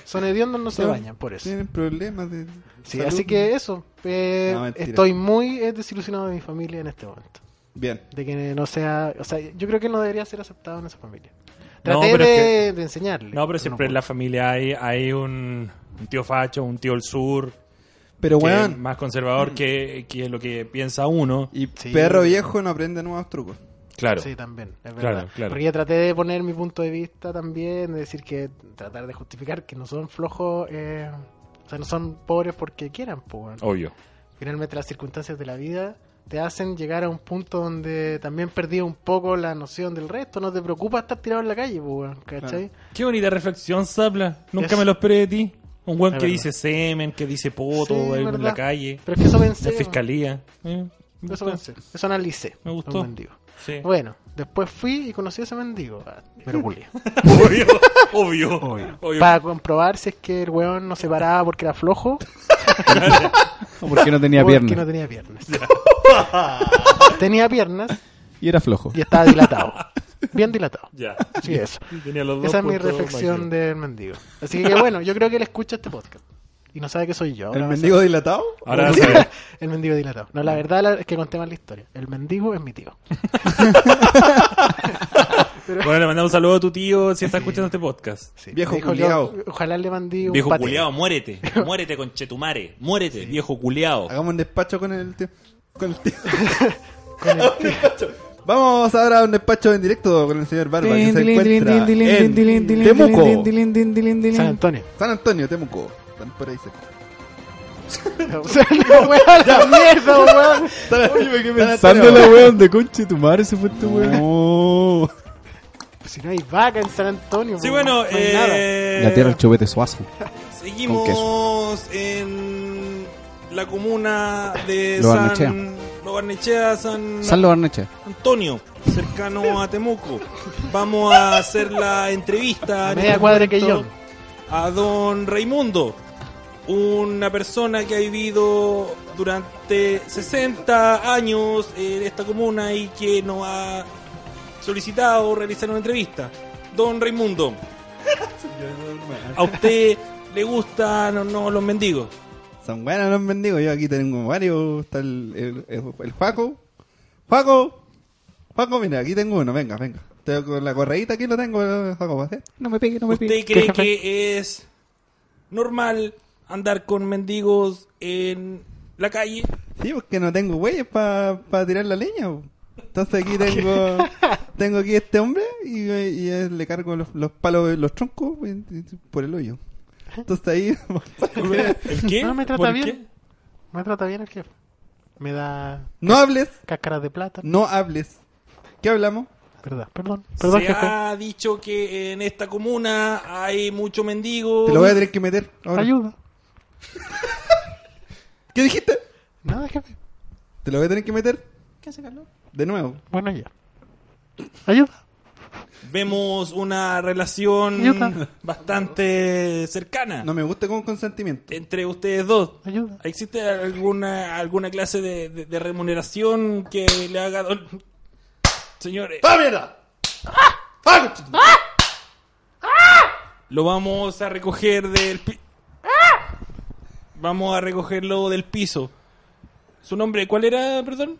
Son hediondos, no se
No,
bañan, por eso.
Tienen problemas de.
Sí,
salud.
así que eso. eh,
No, mentira.
estoy muy eh, desilusionado de mi familia en este momento.
Bien.
De que no sea. O sea, yo creo que no debería ser aceptado en esa familia.
No,
Traté
pero
de,
es que-
de enseñarle.
No, pero siempre en la
pues.
pude.
familia hay, hay un, un tío facho, un tío del sur,
Pero,
que es
weón,
más conservador que, que lo que piensa uno.
y
Sí.
perro viejo no aprende nuevos trucos.
Claro.
Sí, también. Es verdad.
Claro, claro.
Porque ya traté de poner mi punto de vista también, de decir que tratar de justificar que no son flojos, eh, o sea, no son pobres porque quieran, pues. weón.
Obvio.
Finalmente las circunstancias de la vida te hacen llegar a un punto donde también perdí un poco la noción del resto, no te preocupa estar tirado en la calle, pues, weón, ¿cachai?
Qué bonita reflexión, Zapla. Nunca
Es-
me lo esperé de ti. Un weón
Es
que
verdad.
dice semen, que dice poto
Sí,
en
verdad.
la calle,
Pero es que eso
la
pensé.
fiscalía. Eh, me
Eso
gustó.
pensé, eso analicé.
Me
a un
gustó.
mendigo.
Sí.
Bueno, después fui y conocí a ese mendigo, ah, pero culiao.
obvio, obvio, obvio.
para comprobar si es que el weón no se paraba porque era flojo
No, porque no tenía
o porque
piernas.
no tenía piernas. tenía piernas
Y era flojo.
y estaba dilatado. Bien dilatado.
Ya.
Sí, eso.
Tenía los dos
Esa es mi
puntos
reflexión
máximos.
del mendigo. Así que bueno, yo creo que él escucha este podcast. Y no sabe que soy yo. ahora
¿El
va a
mendigo dilatado?
Ahora vas a ver.
ser- el mendigo dilatado. No, la verdad la- es que conté mal la historia. El mendigo es mi tío.
Bueno, le mandamos un saludo a tu tío si está escuchando este podcast.
Sí.
Viejo
Me dijo,
culiao.
"Yo- Ojalá le mandí un
Viejo
paté".
culiao, muérete. Muérete con Chetumare. Muérete, viejo culiao.
Oh, Hagamos un despacho con el tío. Con el tío. Un despacho. Vamos ahora a un despacho en directo con el señor Barba que se encuentra en Temuco.
San Antonio.
San Antonio, Temuco. Están por ahí cerca.
O sea, la weá, la mierda, weón.
San
Pensando
Antonio.
la weón de conche tu madre se fue este weón.
Si no hay vaca en San Antonio.
Sí,
po,
bueno,
no hay nada.
eh,
La tierra del chupete suazo.
seguimos en la comuna de
Lo Barnechea.
San... Lo Barnechea, San...
San Barneche.
Antonio, cercano a Temuco. Vamos a hacer la entrevista
A
en
media
este
cuadra que
momento a don Raimundo, una persona que ha vivido durante 60 años en esta comuna y que nos ha solicitado realizar una entrevista. Don Raimundo, ¿a usted le gustan o no los mendigos?
Son buenos los mendigos. Yo aquí tengo varios. Está el, el, el, el Juaco. Juaco. Juaco, mira, aquí tengo uno. Venga, venga. Tengo con la correíta aquí lo tengo, eh, Juaco. ¿va a ser?
No me pegue, no me
¿Usted cree que es normal andar con mendigos en la calle?
Sí, porque no tengo bueyes para tirar la leña. po. Entonces aquí tengo tengo aquí este hombre y, y él le cargo los, los palos, los troncos eh, por el hoyo. Entonces ahí...
¿El qué?
No me trata
¿Por
bien.
qué?
Me trata bien el jefe. Me da
no hables,
cáscaras de plata.
no hables. ¿Qué hablamos?
Verdad, perdón. Perdón,
Se
jefe.
ha dicho que en esta comuna hay mucho mendigo.
Te lo voy a tener que meter ahora.
Ayuda.
¿Qué dijiste?
Nada, jefe.
Te lo voy a tener que meter. ¿Qué hace calor? De nuevo.
Bueno, ya. Ayuda.
Vemos una relación
Yuta.
bastante cercana
No me gusta con consentimiento.
entre ustedes dos.
Ayuda.
¿Existe alguna alguna clase de, de- de remuneración que le haga don... Señores,
¡Ah, mierda! ¡Ah! ¡Ah!
lo vamos a recoger del... pi- Vamos a recogerlo del piso. ¿Su nombre cuál era, perdón?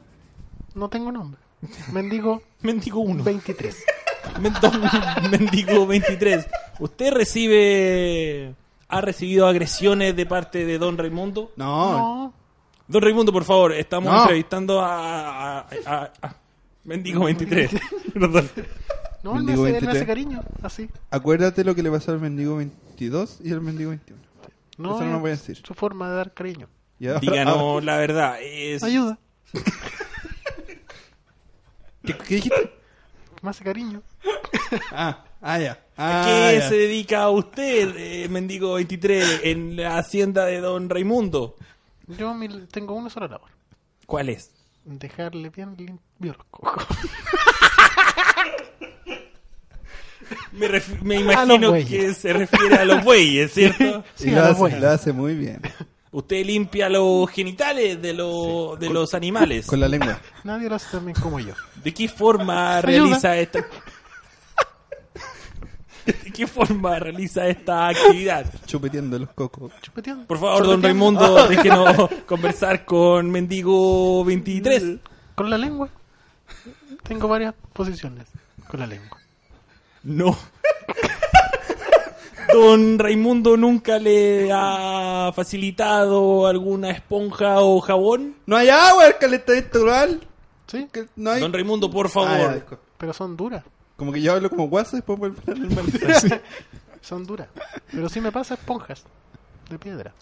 No tengo nombre. Mendigo
Mendigo 1.
23.
Mentón Mendigo 23. ¿Usted recibe. ha recibido agresiones de parte de don Raimundo?
No,
No.
Don Raimundo, por favor, estamos
No.
entrevistando a. a- a- a- Mendigo 23. Perdón.
No, él me,
Mendigo
hace, él me
23.
hace cariño. Así.
acuérdate lo que le pasó al mendigo 22 y al mendigo 21.
No,
Eso no lo
es
voy a decir.
Su forma de dar cariño.
Y ahora-
Díganos la verdad. Es...
Ayuda.
¿Qué, qué dijiste?
Me hace cariño.
Ah, ah, ya.
¿A
Ah,
qué
ya.
se dedica usted, eh, Mendigo 23, en la hacienda de don Raimundo?
Yo mi- tengo una sola labor.
¿Cuál es?
Dejarle bien limpio los cocos.
Me, ref- me
los
imagino
bueyes.
que se refiere a los bueyes, ¿cierto?
y
Sí,
lo
a lo
hace,
bueno.
lo hace muy bien.
Usted limpia los genitales de, los de los animales.
Con la lengua.
Nadie lo hace tan bien como yo.
¿De qué forma
Ayuda.
realiza esta? ¿De qué forma realiza esta actividad?
Chupeteando los cocos.
Chupeteando.
Por favor, don Raimundo, déjenos conversar con Mendigo 23.
Con la lengua. Tengo varias posiciones con la lengua.
No. Don Raimundo nunca le ha facilitado alguna esponja o jabón.
No hay agua, el calentamiento global.
¿Sí?
que No hay.
Don Raimundo, por
Ah, ya,
favor.
disculpa.
Pero son duras.
como que yo hablo como guaso y después vuelvo a normalizar.
Son duras. Pero sí me pasa esponjas de piedra.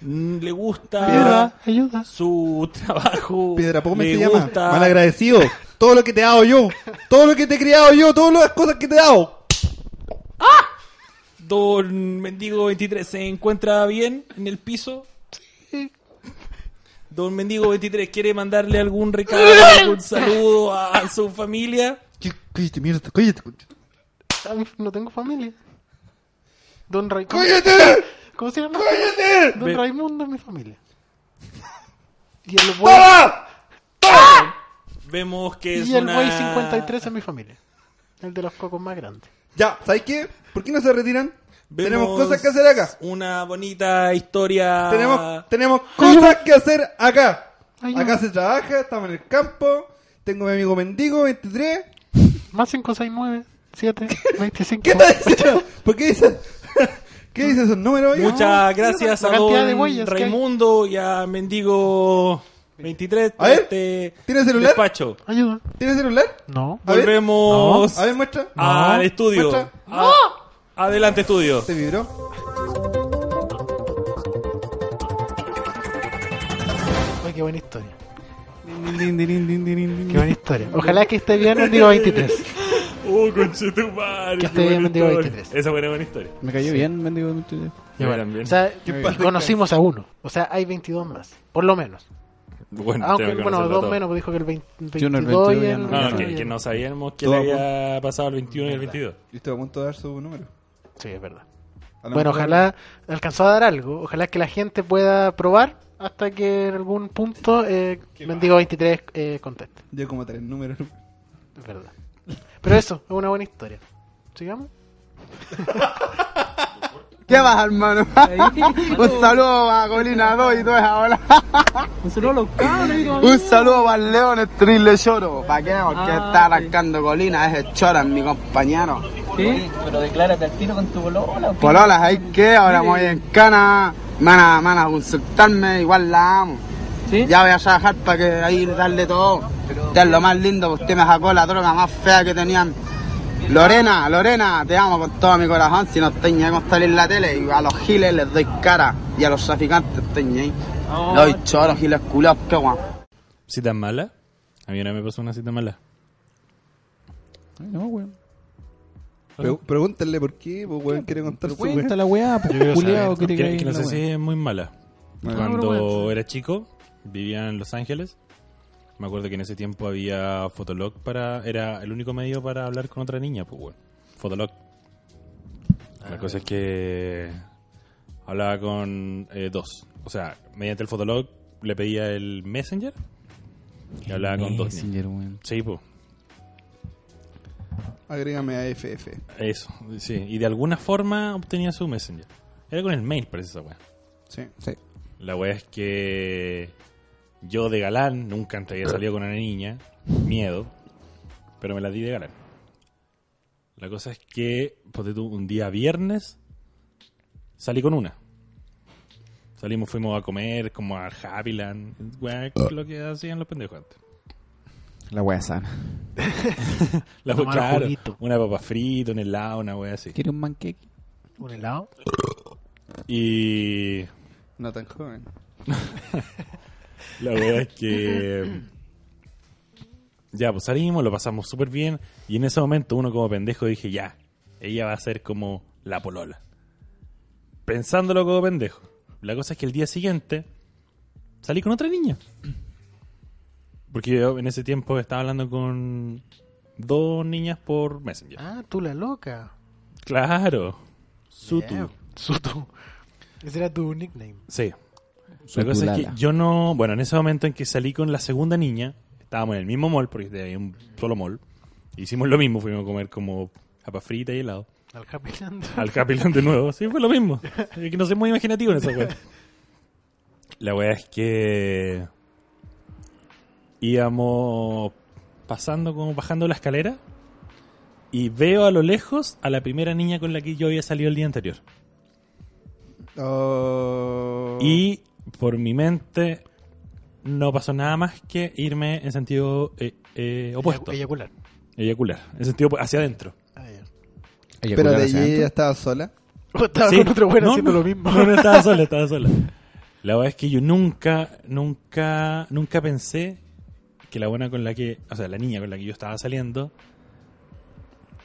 Mm, le gusta
Piedra.
Ah, Ayuda.
su trabajo.
Piedra Pómez
le
te llama.
gusta-
Malagradecido. Todo lo que te he dado yo. Todo lo que te he criado yo. Todas las cosas que te he dado.
Don Mendigo 23 se encuentra bien en el piso. Don Mendigo 23 quiere mandarle algún recado, algún saludo a su familia.
Ch- Cállate, mierda. Cállate. concha.
Ah, No tengo familia. Don Ray. ¿Cómo,
¡Cállate!
cómo se llama?
¡Cállate!
Don
Ve-
Raimundo es mi familia. Y el Boy,
¡Toma!
Vemos que es
y el
una...
buey 53 es mi familia. El de los cocos más grandes.
Ya, ¿sabes qué? ¿Por qué no se retiran?
Vemos
Tenemos cosas que hacer acá.
Una bonita historia.
Tenemos, tenemos cosas que hacer acá.
Ayuda.
Acá se trabaja, estamos en el campo. Tengo a mi amigo mendigo, 23.
Más 5, 6, 9, 7, 25.
¿Qué está diciendo? ¿Por qué dices? ¿Qué dices esos números? oye?
Muchas gracias
la
a
cantidad de
don
bueyes que hay.
Raimundo y a Mendigo 23.
A ver,
este
¿tiene celular?
Despacho.
Ayuda.
¿Tienes celular?
No.
A ver.
Volvemos
A ver, muestra.
al estudio.
Muestra.
A- Adelante, estudio.
Se vibró.
Ay, qué buena historia. Qué
Qué
buena historia. Ojalá que esté bien el Digo 23.
Oh, conchetumare.
Que esté bien, Mendigo 23.
Esa fue una buena historia.
Me cayó bien, mendigo. Mucho-
Ya verán bien.
O sea,
padre.
conocimos a uno. O sea, hay 22 más. Por lo menos.
bueno,
Aunque,
tengo que
bueno,
conocerlo
dos
todo.
menos, dijo que el 20,
Yo no,
22
el
y
22
el...
ya
No,
no,
que,
ya.
Ah, que no sabíamos qué
Todo
le
a
había pasado el 21 y el 22.
Yo estoy a punto de dar su número.
Sí, es verdad.
A lo
Bueno,
mejor-
ojalá alcanzó a dar algo. Ojalá que la gente pueda probar hasta que en algún punto eh, Mendigo 23 eh, conteste.
Yo como tres números.
Es verdad. Pero eso, es una buena historia. ¿Sigamos?
¿Qué vas, hermano? Un saludo a Colina 2 y 2 ahora. Un saludo para el León, el triple lloro. ¿Para qué? Porque está arrancando Colina, es el choran, mi compañero.
Pero declárate al tiro con tu bolola.
Pololas, ¿hay que Ahora me voy en cana. Me van a, me van a consultarme, igual la amo.
¿Sí?
Ya voy a trabajar para que ahí darle todo. Usted es lo más lindo, porque usted me sacó la droga más fea que tenían. Lorena, Lorena, te amo con todo mi corazón. Si no estoy ni ahí con salir en la tele, y a los giles les doy cara. Y a los traficantes estoy ni ahí. Doy choros, giles culados, qué guapo.
¿Cita mala? A mí ahora me pasó una cita mala.
Ay, No, weón.
Pre- pregúntale por qué, pues weón quiere contar
Pero
su
cuenta la weá, pues,
quiero
culiao,
saber.
que te
Que,
caí
que no
en la
sé si
weá.
es muy mala.
Bueno.
Cuando era chico, vivía en Los Ángeles. Me acuerdo que en ese tiempo había Fotolog para. Era el único medio para hablar con otra niña, pues, bueno. Fotolog. La cosa es que. Hablaba con eh, dos. O sea, mediante el Fotolog le pedía el Messenger y hablaba con dos. niñas.
Messenger, Eh, weón.
Sí, pues.
Agrégame a FF.
Eso, sí. Y de alguna forma obtenía su Messenger. Era con el mail, parece esa weá.
Sí.
La weá es que yo de galán nunca antes había salido con una niña. Miedo. Pero me la di de galán. La cosa es que, ponte tú, un día viernes salí con una. Salimos, fuimos a comer, como a Happyland. Weá,
Ah.
lo que hacían los pendejos antes.
La weá sana.
La
Tomar
claro,
juguito.
una papa frita, un helado, una weá así.
¿Quieres un manqueque?
¿Un helado?
Y
No tan joven.
La verdad es que. Ya, pues salimos, lo pasamos súper bien. Y en ese momento, uno como pendejo dije, ya, ella va a ser como la polola. Pensándolo como pendejo. La cosa es que el día siguiente salí con otra niña. Porque yo en ese tiempo estaba hablando con dos niñas por Messenger.
Ah, tú la loca.
Claro. Sutu.
Yeah. Sutu. Ese era tu nickname.
Sí.
Su
La cosa es que
tulala.
yo no. Bueno, en ese momento en que salí con la segunda niña, estábamos en el mismo mall, porque había un solo mall. Hicimos lo mismo, fuimos a comer como papa frita y helado.
Al Happy Land.
al Capilán de nuevo. Sí, fue lo mismo. Es que no soy muy imaginativo en esa weá. La weá es que íbamos pasando como bajando la escalera y veo a lo lejos a la primera niña con la que yo había salido el día anterior.
Oh.
Y por mi mente no pasó nada más que irme en sentido eh, eh, opuesto.
Eyacular.
Eyacular. En sentido op- hacia adentro.
Ah, ya.
Pero de
¿eh?
allí ella estaba sola.
O Estaba
Sí.
con otro bueno
No,
haciendo
no.
lo mismo.
No, no, estaba sola, estaba sola. La verdad es que yo nunca, nunca, nunca pensé que la buena con la que, o sea, la niña con la que yo estaba saliendo,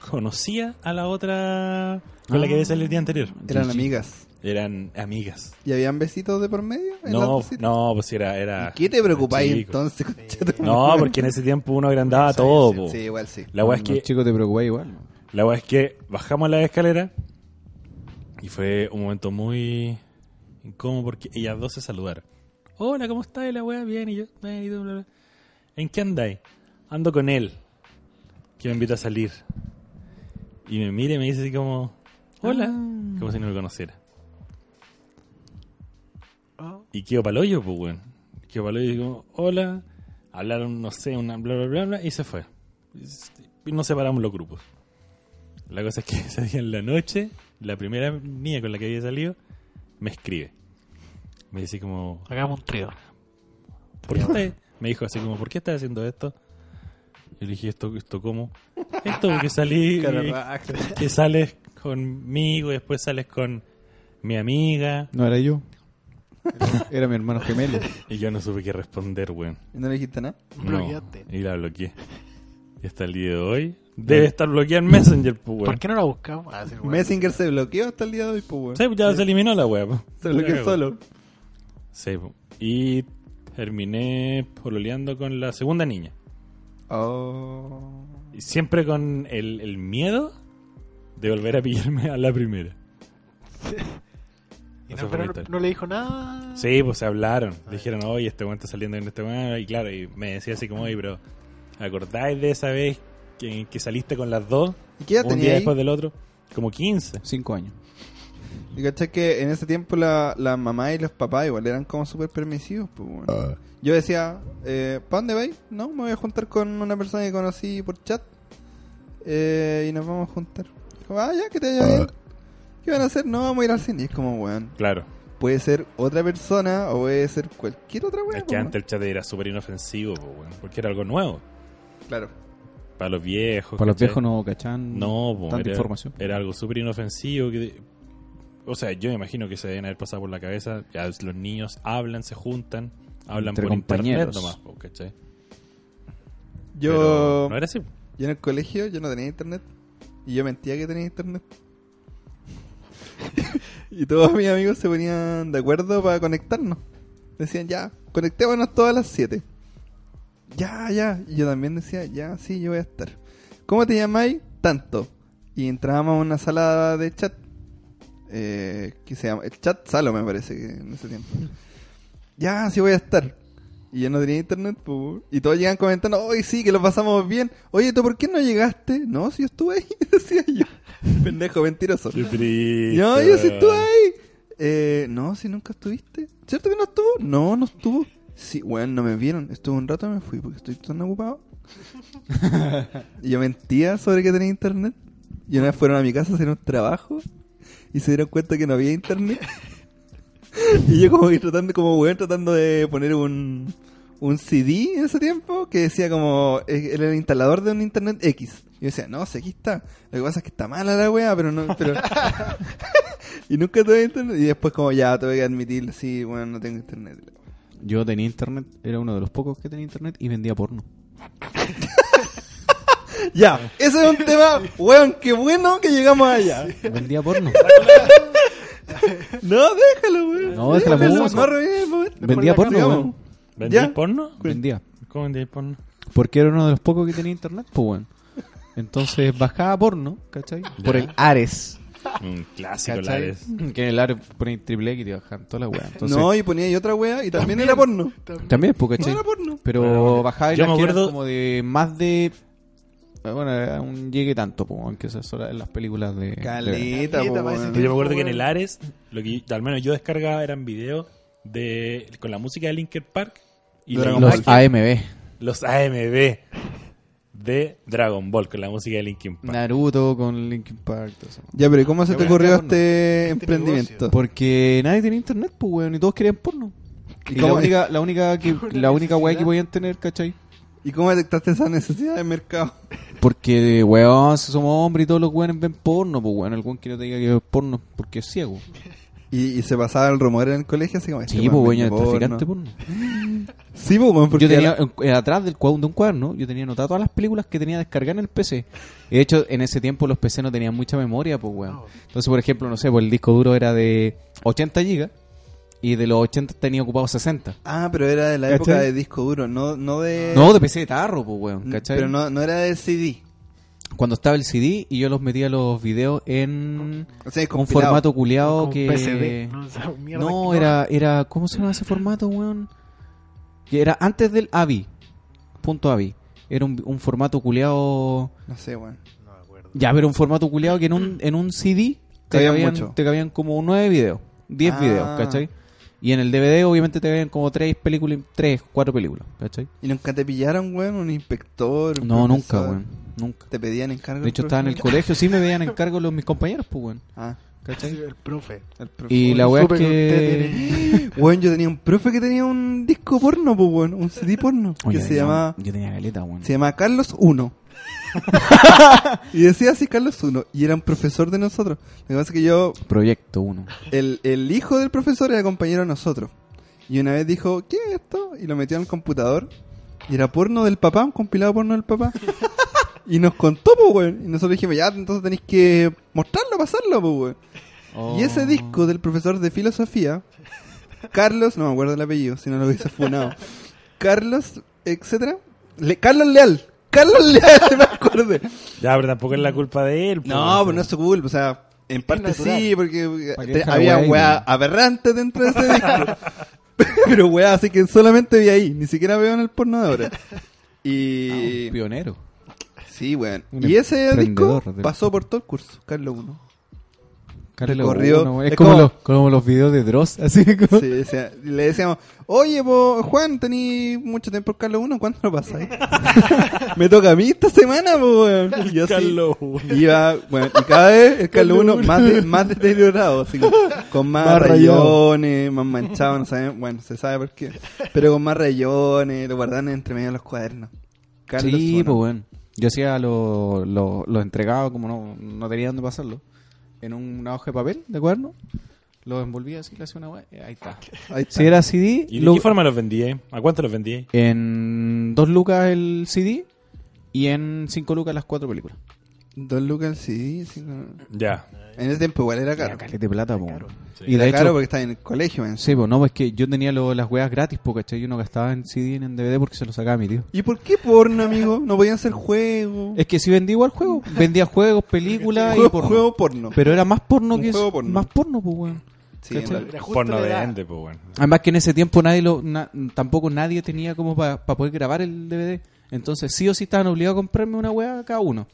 conocía a la otra con la que había salido el día anterior.
Eran amigas.
Eran amigas.
¿Y habían besitos de por medio? en las
No,
dos citas?
no, pues era, era.
¿Y ¿Qué te preocupáis
chico.
entonces, concha tu
No,
madre?
porque en ese tiempo uno agrandaba todo. po.
Sí, igual sí.
La weá es que
chico, te preocupáis igual.
La weá es que bajamos la escalera y fue un momento muy incómodo porque ellas dos se saludaron. Hola, ¿cómo estás? Y la weá, bien, y yo, bien, y tú, bla, bla. ¿En qué andáis? Ando con él, que me invita a salir. Y me mira y me dice así como, hola, como si no lo conociera. Y quedo palollo, pues, weón. Quedo palollo y digo, hola. Hablaron, no sé, una bla, bla, bla, bla, y se fue. Y nos separamos los grupos. La cosa es que ese día en la noche, la primera niña con la que había salido, me escribe. Me dice como,
Hagamos un trío.
¿por qué estás-" Me dijo así como, ¿por qué estás haciendo esto? Yo le dije, ¿esto, esto cómo? Esto porque salí, que sales conmigo y después sales con mi amiga.
No era yo. Era mi hermano gemelo.
Y yo no supe qué responder, weón.
¿Y ¿No le dijiste nada?
No,
Bloqueaste.
y la bloqueé. Y hasta el día de hoy. Debe estar bloqueada en Messenger, pues,
¿Por
weón.
qué no la buscamos? Ah, sí, bueno.
Messinger se bloqueó hasta el día de hoy, pues, weón.
Sí, ya se eliminó la weá. pues. po.
Se
Ya,
bloqueó
po.
solo.
Sí, po. y terminé pololeando con la segunda niña.
Oh.
Y Siempre con el, el miedo de volver a pillarme a la primera.
Y
Esa
no,
fue
pero
mi
no,
historia.
no le dijo nada.
Sí, pues se hablaron.
Ah.
Dijeron, oye, este weón está saliendo con este weón. Y claro, y me decía así como, oye, pero ¿acordáis de esa vez que, que saliste con las dos?
¿Y qué edad
Un
tenía
día
ahí?
después del otro. Como 15.
Cinco años.
Y cachai que en ese tiempo la, la mamá y los papás igual eran como súper permisivos, pues, weón. Yo decía, eh, ¿para dónde vais? No, me voy a juntar con una persona que conocí por chat. Eh, y nos vamos a juntar. Como, ah, ya, que te vaya bien. ¿Qué van a hacer? No, vamos a ir al cine. Y es como, weón,
Claro.
puede ser otra persona o puede ser cualquier otra pues, weón.
Es que antes el chat era súper inofensivo, po, weón, porque era algo nuevo.
Claro.
Para los viejos.
Para los
¿cachai?
viejos no cachan
No, po,
Mm, tanta
era,
información.
era algo súper inofensivo. Que de- o sea, yo me imagino que se deben haber pasado por la cabeza. ya los niños hablan, se juntan, hablan
Entre
por
compañeros.
internet nomás, po, ¿cachai?
Yo,
Pero No era así.
yo en el colegio yo no tenía internet. Y yo mentía que tenía internet. y todos mis amigos se ponían de acuerdo para conectarnos. Decían, ya, conectémonos todas las 7. Ya, ya. Y yo también decía, ya, sí, yo voy a estar. ¿Cómo te llamáis? Tanto. Y entrábamos a una sala de chat. eh, que se llama, el chat Salo me parece que en ese tiempo. ya, sí voy a estar. Y yo no tenía internet, pues. Y todos llegan comentando, oye, sí, que lo pasamos bien. Oye, ¿tú por qué no llegaste? No, si yo estuve ahí, decía yo. Pendejo, mentiroso. No, yo sí estuve ahí. Eh, no, si nunca estuviste. ¿Cierto que no estuvo? No, no estuvo. Sí, bueno, no me vieron. Estuve un rato y me fui porque estoy tan ocupado. y yo mentía sobre que tenía internet. Y una vez fueron a mi casa a hacer un trabajo y se dieron cuenta que no había internet. y yo como que tratando, como weón, tratando de poner un, un CD en ese tiempo que decía como, eh, era el instalador de un internet X. Y yo decía, no, si aquí está. Lo que pasa es que está mala la weá, pero no, pero... Y nunca tuve internet. Y después como ya tuve que admitir, sí, bueno, no tengo internet.
Yo tenía internet, era uno de los pocos que tenía internet y vendía porno.
Ya, ese es un tema, weón, qué bueno que llegamos allá.
Vendía porno.
No, déjalo, weón.
No, déjalo, vamos.
No, revives, weón.
vendía porno.
Sigamos.
weón.
¿Vendías
¿Ya?
porno?
Vendía.
¿Cómo vendías porno?
Porque era uno de los pocos que tenía internet, pues bueno. Entonces bajaba porno, ¿cachai? Por el Ares.
Un clásico, la
¿Cachai?
vez.
Que en el Ares ponía triple X y te bajaban toda la weá. Entonces,
No, y ponía ahí otra weá y también era porno.
también, pues,
No
¿cachai?
era porno.
Pero bajaba y
Yo
las
me
que eran
acuerdo-
como de más de eh, bueno, era un llegue tanto, po, weón, que se asola en las películas de. de-
Caleta,
Caleta,
po,
parece
weón.
que-
Yo me acuerdo que en el Ares, lo que yo- al menos yo descargaba eran videos de, con la música de Linkin Park y Dragon
los
Ball.
AMB.
los AMB de Dragon Ball con la música de Linkin Park.
Naruto con Linkin Park. todo eso.
Ya, pero ¿y cómo se
Ya,
te
bueno,
ocurrió
ya, bueno.
este emprendimiento?
Porque nadie tenía internet, pues, weón, y todos querían porno. Y la
¿Cómo?
única, la única, que,
Una
la única weá
necesidad.
que podían tener, ¿cachai?
¿Y cómo detectaste esa necesidad de mercado?
Porque, weón, si somos hombres y todos los weones ven porno, pues, weón, el weón que no te diga que es porno, porque es ciego.
Y, y se pasaba el rumor en el colegio, así como... este
Sí, pues,
weón
weón, era
vende porno.
traficante porno.
Sí, pues, weón, porque...
Yo tenía, en- eh, atrás del cuadro de un cuaderno, yo tenía anotado todas las películas que tenía descargadas en el PC. Y de hecho, en ese tiempo los PC no tenían mucha memoria, pues, weón.
Oh.
Entonces, por ejemplo, no sé, pues el disco duro era de 80 gigas y de los 80 tenía ocupado 60.
Ah, pero era de la época
¿Cachai?
de disco duro, no, no de...
No, de PC de tarro, pues, weón, ¿cachai?
Mm, Pero no, no era de CD.
Cuando estaba el CD y yo los metía los videos en
O sea,
un
compilado.
formato culiado
Como
que...
PCD, ¿no? O sea, mierda
No,
que-
era, era, ¿cómo se llama ese formato, weón? Que era antes del AVI, punto AVI. Era un, un formato culeado,
No sé, weón.
ya, pero un formato culeado que en un, en un CD te
Cabía
cabían,
mucho.
te cabían como nueve videos, diez
Ah.
videos, ¿cachai? Y en el DVD obviamente te cabían como tres películas, tres, cuatro películas, ¿cachai?
¿Y nunca te pillaron, weón? ¿Un inspector? un
No, nunca,
profesor?
weón, nunca.
¿Te pedían encargo?
De hecho estaba en el
profesor?
colegio, sí me veían en cargo los, mis compañeros, pues, weón,
Ah,
¿cachai?
Sí, El profe.
el profe.
Y la weá es
Supe que usted
que...
tiene-
Weón, yo tenía un profe que tenía un disco porno, pues, weón. Un CD porno.
Oye,
que se
tenía-
llamaba...
Yo tenía galeta, weón.
Se llamaba Carlos 1. y decía así Carlos 1. Y era un profesor de nosotros. Lo que pasa es que yo,
Proyecto 1.
el, el hijo del profesor era compañero de nosotros. Y una vez dijo, ¿qué es esto? Y lo metió en el computador. Y era porno del papá, un compilado porno del papá. y nos contó, pues, weón. Y nosotros dijimos, ya, entonces tenéis que mostrarlo, pasarlo, pues, weón. Y
Oh.
ese disco del profesor de filosofía, Carlos, no me acuerdo el apellido, si no lo hubiese funado. Carlos, etcétera. Le- Carlos Leal. Carlos Leal, me acuerdo.
Ya, pero tampoco es la culpa de él. pues.
No, pues no es su culpa, o sea, en parte
natural.
sí, porque eh,
Pa' que
te-
deja la
había
weá ahí,
weá
¿no?
aberrante dentro de ese disco. Pero weá, así que solamente vi ahí, ni siquiera veo en el porno de ahora. Y.
pionero.
sí, weón.
Ah, un
Y ese disco
emprendedor del-
pasó por todo el curso, Carlos 1.
Carlos
Recorrió-
Uno, es
es
como,
como-
los, como los videos de Dross, así como...
Sí, o sea, y le decíamos, oye, po, Juan, tení mucho tiempo en Carlos 1, ¿cuándo lo pasáis? Me toca a mí esta semana, po, weón. Y yo así,
Carlos uno.
Iba, bueno, y cada vez el Carlos 1 más, de- más deteriorado, así como, con más,
Más rayado.
rayones, más manchado, no saben, bueno, se sabe por qué, pero con más rayones, lo guardaban entre medio de los cuadernos. Carlos
Sí,
uno.
pues bueno. Yo hacía los lo, lo entregaba, como no, no tenía dónde pasarlo, en una hoja de papel, ¿de acuerdo? Lo envolvía así, le hacía una web, ahí está.
Ahí está.
Si era CD,
¿Y de
lo-
qué forma los vendí? eh? ¿A cuánto los vendí? eh?
en dos lucas el CD y en cinco lucas las cuatro películas.
Dos lucas, sí, sí, no.
Ya.
En ese tiempo igual era
Era
caro.
caleta de plata, po.
Sí.
Y de
Era
hecho,
caro porque estaba en el colegio, man.
Sí, pues no, pues que yo tenía lo- las weas gratis, porque Yo no gastaba en CD ni en DVD porque se lo sacaba a mi tío.
¿Y por qué porno, amigo? No podían hacer juegos.
Es que si vendía igual juegos, vendía juegos, películas y
Juego
porno.
Ah, juego porno.
Pero era más porno
Un
que
juego
eso,
porno.
más porno, pues weón.
Sí,
Era
en la-
justo
Porno
la
de
edad.
Ande, pues bueno.
Además que en ese tiempo nadie lo, na- tampoco nadie tenía como para poder grabar el DVD. Entonces sí o sí estaban obligados a comprarme una wea cada uno.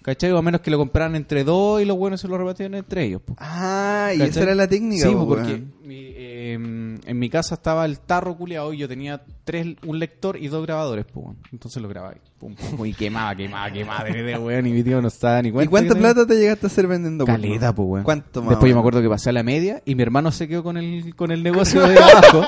¿Cachai? O a menos que lo compraran entre dos y los buenos se lo repartían entre ellos. po.
Ah, y esa
¿Cachai?
era la técnica.
Sí,
po,
porque
weón.
mi- eh, en mi casa estaba el tarro culeado y yo tenía tres, un lector y dos grabadores, pues, weón. entonces lo grababa ahí, pum, pum, pum, y quemaba, quemaba, quemaba, DVD, weón, y mi tío no estaba ni
¿Y
cuenta.
cuánta
que
plata te llegaste a hacer vendiendo
tenía.
porno?
Caleta, pues, weón.
¿Cuánto más?
Después yo me
o menos?
acuerdo que pasé a la media y mi hermano se quedó con el, con el negocio de abajo,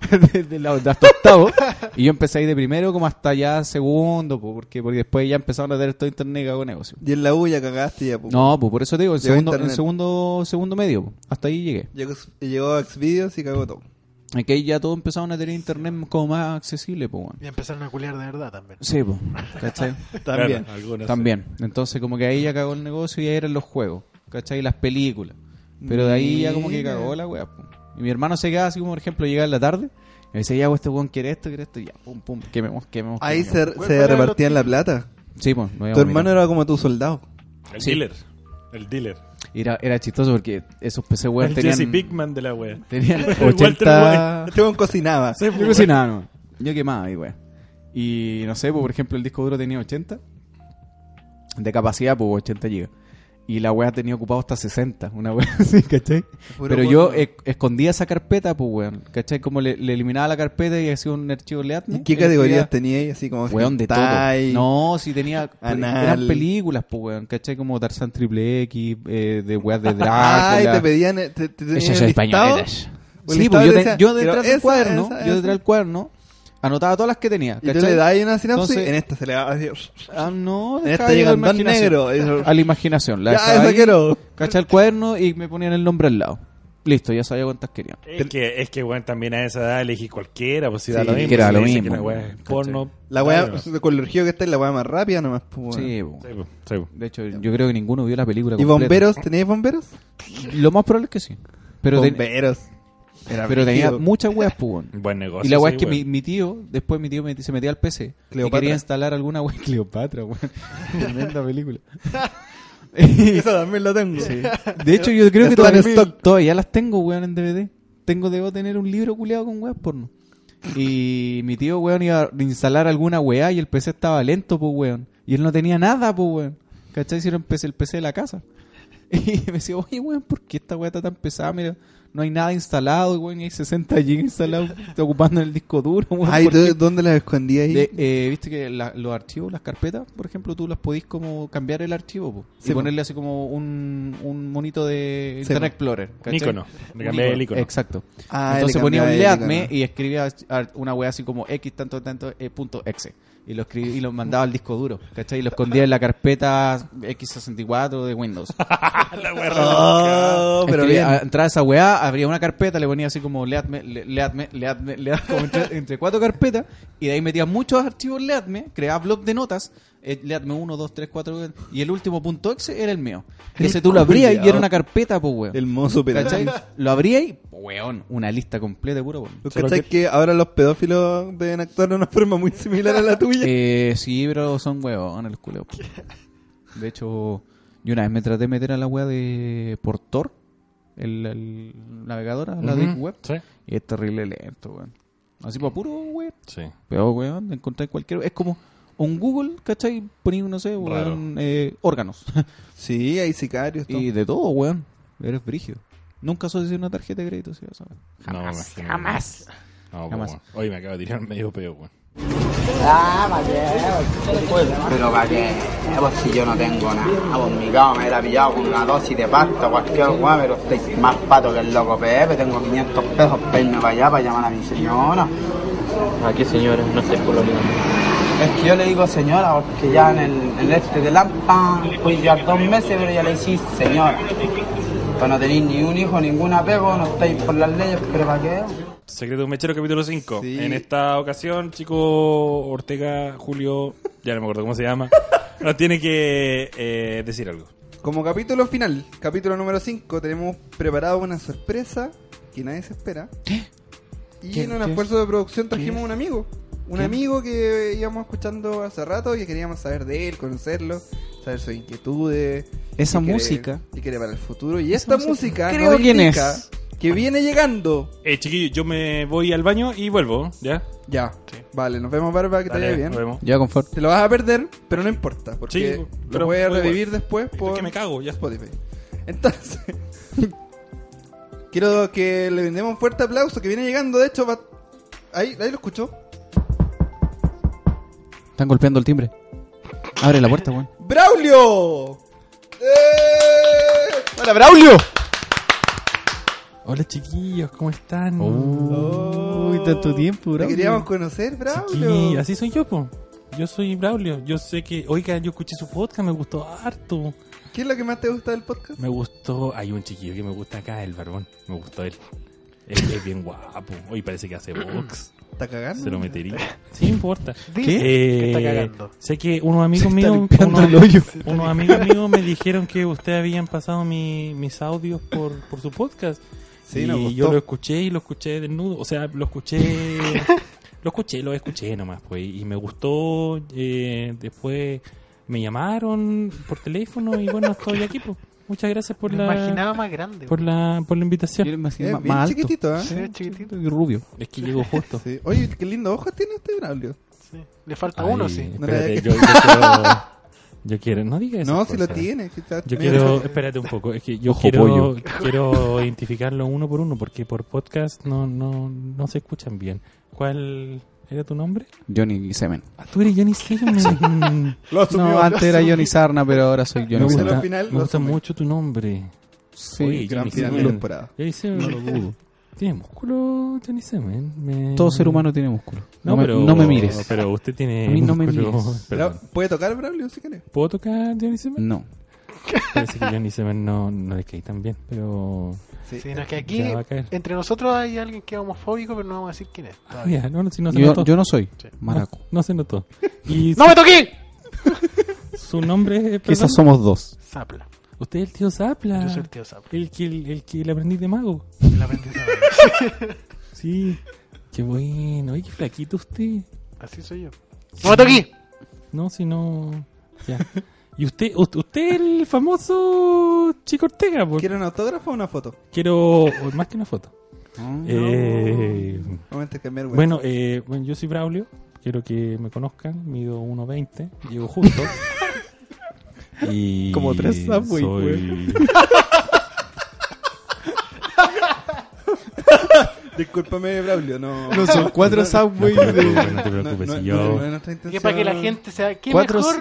de, de la- de hasta octavo, y yo empecé ahí de primero como hasta ya segundo, po, porque, porque después ya empezaron a tener todo internet hago negocio.
Y en la U ya cagaste ya, po.
No, pues por eso te digo, en
Llegó
segundo, en
internet.
segundo, segundo medio, po. hasta ahí llegué.
Llegó, llegó a Xvideos y cagó todo.
Aquí ya todos empezaron a tener internet como más accesible, pues, weón.
Y empezaron a culiar de verdad también.
Sí, pues, ¿cachai?
También.
Claro, algunos
También. Entonces, como que ahí ya cagó el negocio y ahí eran los juegos, ¿cachai? Y las películas. Pero de ahí ya como que
Mira.
cagó la weá, po. Y mi hermano se quedaba así como, por ejemplo, llegaba en la tarde y me decía, ya, pues, este weón quiere esto, quiere esto, y ya, pum, pum, quememos, quememos.
Ahí
quememos.
se,
¿Cuál
se
era
repartían
el
la plata.
Sí, pues, no
Tu hermano era como tu soldado.
El
Sí.
dealer. El dealer.
era... era chistoso porque esos PC weón
el Jesse
Pues tenían.
Pickman de la wea.
Tenían
Walter
80.
Este weón cocinaba.
Sí,
Yo
pues, bueno.
cocinaba, no. Yo quemaba ahí, weón. Y no sé, pues, por ejemplo, el disco duro tenía 80. de capacidad, pues 80 gigas. Y la weá tenía ocupado hasta 60, una weá así, ¿cachai?
Puro
Pero yo eh,
porno.
ec- escondía esa carpeta, pues weón, ¿cachai? Como le, le eliminaba la carpeta y hacía un archivo leatne.
¿Y qué categorías tenía ahí? Así como
Weón, de todo.
hentai,
No, si tenía.
anal.
Eran películas, pues weón, ¿cachai? Como Tarzan Triple X, eh, de weas de Drácula.
Ay, te pedían. eh, Te, te tenían
Esas
el listado.
españoletas.
O el
Sí, pues
listado
yo,
te
te- yo
decía, quiero
detrás del
esa,
cuaderno,
esa,
yo
esa.
detrás del cuaderno, anotaba todas las que tenía.
Y tú
¿cachai?
le das ahí una sinapsis.
Entonces-
en esta se le va así.
Ah, no,
En
dejaba
esta
ahí a la
llega el don
imaginación.
negro. eso.
A la imaginación. La
Ya,
dejaba
esa
ahí,
quiero.
Cachaba el cuaderno y me ponían el nombre al lado. Listo, ya sabía cuántas querían.
Es que, es que weón, también a esa edad elegí cualquiera, pues si da
Sí,
lo mismo.
que era
si le
lo
dicen que
mismo,
la weá es
¿cachai?
porno.
La weá, pues,
claro. Sí,
con lo urgido que está, es la weá más rápida nomás. pues, weón.
Sí, po.
pues, sí, pues.
de hecho, yo creo que ninguno vio la película.
¿Y
completa.
bomberos? ¿Teníais bomberos?
Lo más probable es que sí. Pero, ten-
bomberos. Era
pero tenía
brígido.
muchas weas, pues. weón.
Buen negocio.
Y la weá
sí,
es que mi,
weón.
mi tío, después mi tío me- se metía al PC
Cleopatra.
y quería instalar alguna wea Cleopatra, weón. Tremenda película.
Esa también la tengo.
De hecho, yo creo que
Está en
todavía,
stock.
todavía las tengo, weón, en DVD. Tengo, debo tener un libro culeado con weas porno. Y mi tío, weón, iba a instalar alguna weá y el PC estaba lento, pues, weón. Y él no tenía nada, pues, weón. ¿Cachai? Hicieron el PC de la casa. Y me decía, oye, weón, ¿por qué esta weá está tan pesada? Mira, no hay nada instalado, weón, y hay 60 GB instalados, está ocupando el disco duro, weón.
Ay,
¿por qué
¿tú- ¿dónde las escondí ahí?
de- eh, Viste que la- los archivos, las carpetas, por ejemplo, tú las podís como cambiar el archivo po,
Sí,
y
po.
ponerle así como un, un monito de
Sí,
Internet
po.
Explorer. ¿cachai?
Un ícono. Le
Un
cambié el ícono.
Exacto.
Ah,
Entonces
le
ponía un
cambiaba el
leadme
icono.
y escribía ar- una wea así como x tanto tanto eh, punto exe. Y lo, escribí, y lo mandaba al disco duro, ¿cachai? Y lo escondía en la carpeta X64 de Windows. Ah.
Oh, pero
Escribía-
bien.
a- entraba esa weá, abría una carpeta, le ponía así como leadme, le- leadme, leadme, leadme, como entre, entre cuatro carpetas, y de ahí metía muchos archivos leadme, creaba blog de notas, eh, leadme 1, 2, 3, 4, y el último punto exe era el mío. Ese tú lo abrías y era una carpeta, pues weón.
El mozo
¿Cachai?
pedófilo.
Lo abrías y, weón, una lista completa de puro weón.
¿Tú
Solo
cachai que... ahora los pedófilos deben actuar de una forma muy similar a la tuya?
Eh, sí, pero son weones los culeos. po. De hecho, yo una vez me traté de meter a la wea de Portor, el, el navegador, a la
Ujú,
Deep Web.
Sí.
Y es terrible lento, weón. Así para puro web.
sí.
Pero, weón, encontrar cualquier... Es como un Google, ¿cachai? Poní, no sé, weón, eh, órganos.
Sí, hay sicarios. todo.
y de todo, weón. Eres brígido. Nunca asocié una tarjeta de crédito, sí, o sea.
Jamás. jamás. No, pues,
Jamás.
weón. Hoy me acabo de tirar medio peo, weón.
Ah, ¿para qué? Pero ¿para qué? Pues si yo no tengo nada, pues mi cabo me era pillado con una dosis de pasta, cualquier weá, pero estoy más pato que el loco Pepe, tengo 500 pesos para irme para allá, para llamar a mi señora.
¿A qué señora? No sé por lo menos.
Es que yo le digo señora, porque ya en el, en el este de Lampa fui ya dos meses, pero ya le decís señora. Pues no tenéis ni un hijo, ningún apego, no estáis por las leyes, pero ¿para qué?
Secreto de un mechero, capítulo 5.
Sí.
En esta ocasión, chico Ortega, Julio, ya no me acuerdo cómo se llama, nos tiene que eh, decir algo.
Como capítulo final, capítulo número 5, tenemos preparado una sorpresa que nadie se espera. Y
¿Qué-
en un
qué-
esfuerzo de producción trajimos un amigo. Un amigo que íbamos escuchando hace rato y queríamos saber de él, conocerlo, saber sus inquietudes.
Esa
qué quiere-
música.
qué quiere para el futuro. Y
Esa
esta
música.
música.
Creo
nos
quién
indica
es.
Que viene llegando.
Eh, chiquillo, yo me voy al baño y vuelvo, ¿ya?
Ya. Vale, nos vemos, Barba, que te
Dale,
vaya bien.
nos vemos.
Ya, confort.
Te lo vas a perder, pero no importa, porque
Sí,
lo
pero
voy a
da igual.
revivir después
Es
por
que me cago, ya.
Spotify. Entonces, quiero que le brindemos un fuerte aplauso que viene llegando, de hecho, va... ahí, ahí lo escuchó.
Están golpeando el timbre. Abre la puerta, weón.
¡Braulio! ¡Eh!
¡Hola, Braulio!
Hola, chiquillos, ¿cómo están?
Mm. Oh. Uy, tanto tiempo,
Te
Braulio.
queríamos conocer,
Chiquillos,
Braulio.
así soy yo, po. Yo soy Braulio. Yo sé que, oiga, yo escuché su podcast, me gustó harto.
¿Qué es lo que más te gusta del podcast?
Me gustó, hay un chiquillo que me gusta acá, el barbón. Me gustó él. Él es bien guapo. Hoy parece que hace box.
¿Está cagando?
Se lo metería. Sí, importa.
Dice que está
Eh,
cagando.
Sé que unos amigos
está
míos,
limpiando
unos,
el hoyo.
unos amigos míos me dijeron que ustedes habían pasado mi- mis audios por, por su podcast.
Sí,
y
nos gustó.
yo lo escuché y lo escuché desnudo. O sea, lo escuché. lo escuché, lo escuché nomás, pues. Y me gustó. eh, después me llamaron por teléfono y bueno, estoy aquí, pues. Muchas gracias por
Me
la,
imaginaba más grande.
por la por la
Yo
invitación.
me hacía
Es
ma-
bien
más alto.
chiquitito, ¿eh?
Sí,
Sí, chiquitito.
Y rubio.
Es que llegó justo.
Sí. Oye, qué lindo ojos tiene este Braulio.
Sí. Le falta
Ay,
uno, sí.
espérate,
Ay.
yo, yo quiero, Yo quiero, no digas eso.
No, si lo tiene. si está-
Yo
mira,
quiero,
está-
espérate un poco, es que yo
Ojo,
quiero,
pollo.
quiero identificarlo uno por uno, porque por podcast no, no, no se escuchan bien. ¿Cuál era tu nombre?
Johnny Semen.
Ah, tú eres Johnny Semen.
Lo asumió.
No, antes era Johnny Sarna, pero ahora soy
me
Johnny
gusta.
Semen.
gusta,
al final
me
lo
gusta
asumí.
mucho tu nombre.
Sí,
Oye,
gran
Johnny
final de
Semen.
temporada.
Johnny Semen.
no lo dudo.
¿Tiene músculo Johnny Semen? Me-
Todo ser humano tiene músculo. No, me,
pero-
no me mires.
Pero usted tiene
A mí no me
músculo-
mires.
Perdón.
Pero, ¿Puede tocar Braulio si quiere?
¿Puedo tocar Johnny Semen?
No.
Parece que Johnny Semen no, no le caí tan bien, pero...
Sí, no, es que aquí,
Ya va a caer.
entre nosotros hay alguien que es homofóbico, pero no vamos a decir quién es.
Ah, ya, no, no, si no se
Yo,
notó.
yo no soy
Sí.
maraco.
No, no se notó. Y
¡No me toqué!
eh.
su nombre es...
Quizás
perdón,
somos dos.
Zapla.
Usted es el tío Zapla.
Yo soy el tío Zapla.
El que, el, el que le aprendí de mago.
El aprendiz de Zapla.
Sí. Qué bueno. Ay, qué flaquito usted.
Así soy yo. ¡No me toqué!
No, si no... Ya. Y usted, u- usted es el famoso Chico Ortega. por-
¿Quiere un autógrafo o una foto?
Quiero... o Más que una foto.
Ah.
Eh,
Momento que mergüenza.
bueno, eh, bueno, yo soy Braulio. Quiero que me conozcan. Mido 1.20. Llevo justo. y
Como tres Subway,
soy...
Discúlpame, Braulio, no.
No, son cuatro Subway
No te preocupes,
de...
no te preocupes, si
no,
yo...
no es nuestra
Que
intención.
para que la gente sea... ¿Qué
ah, Cuatro-
mejor?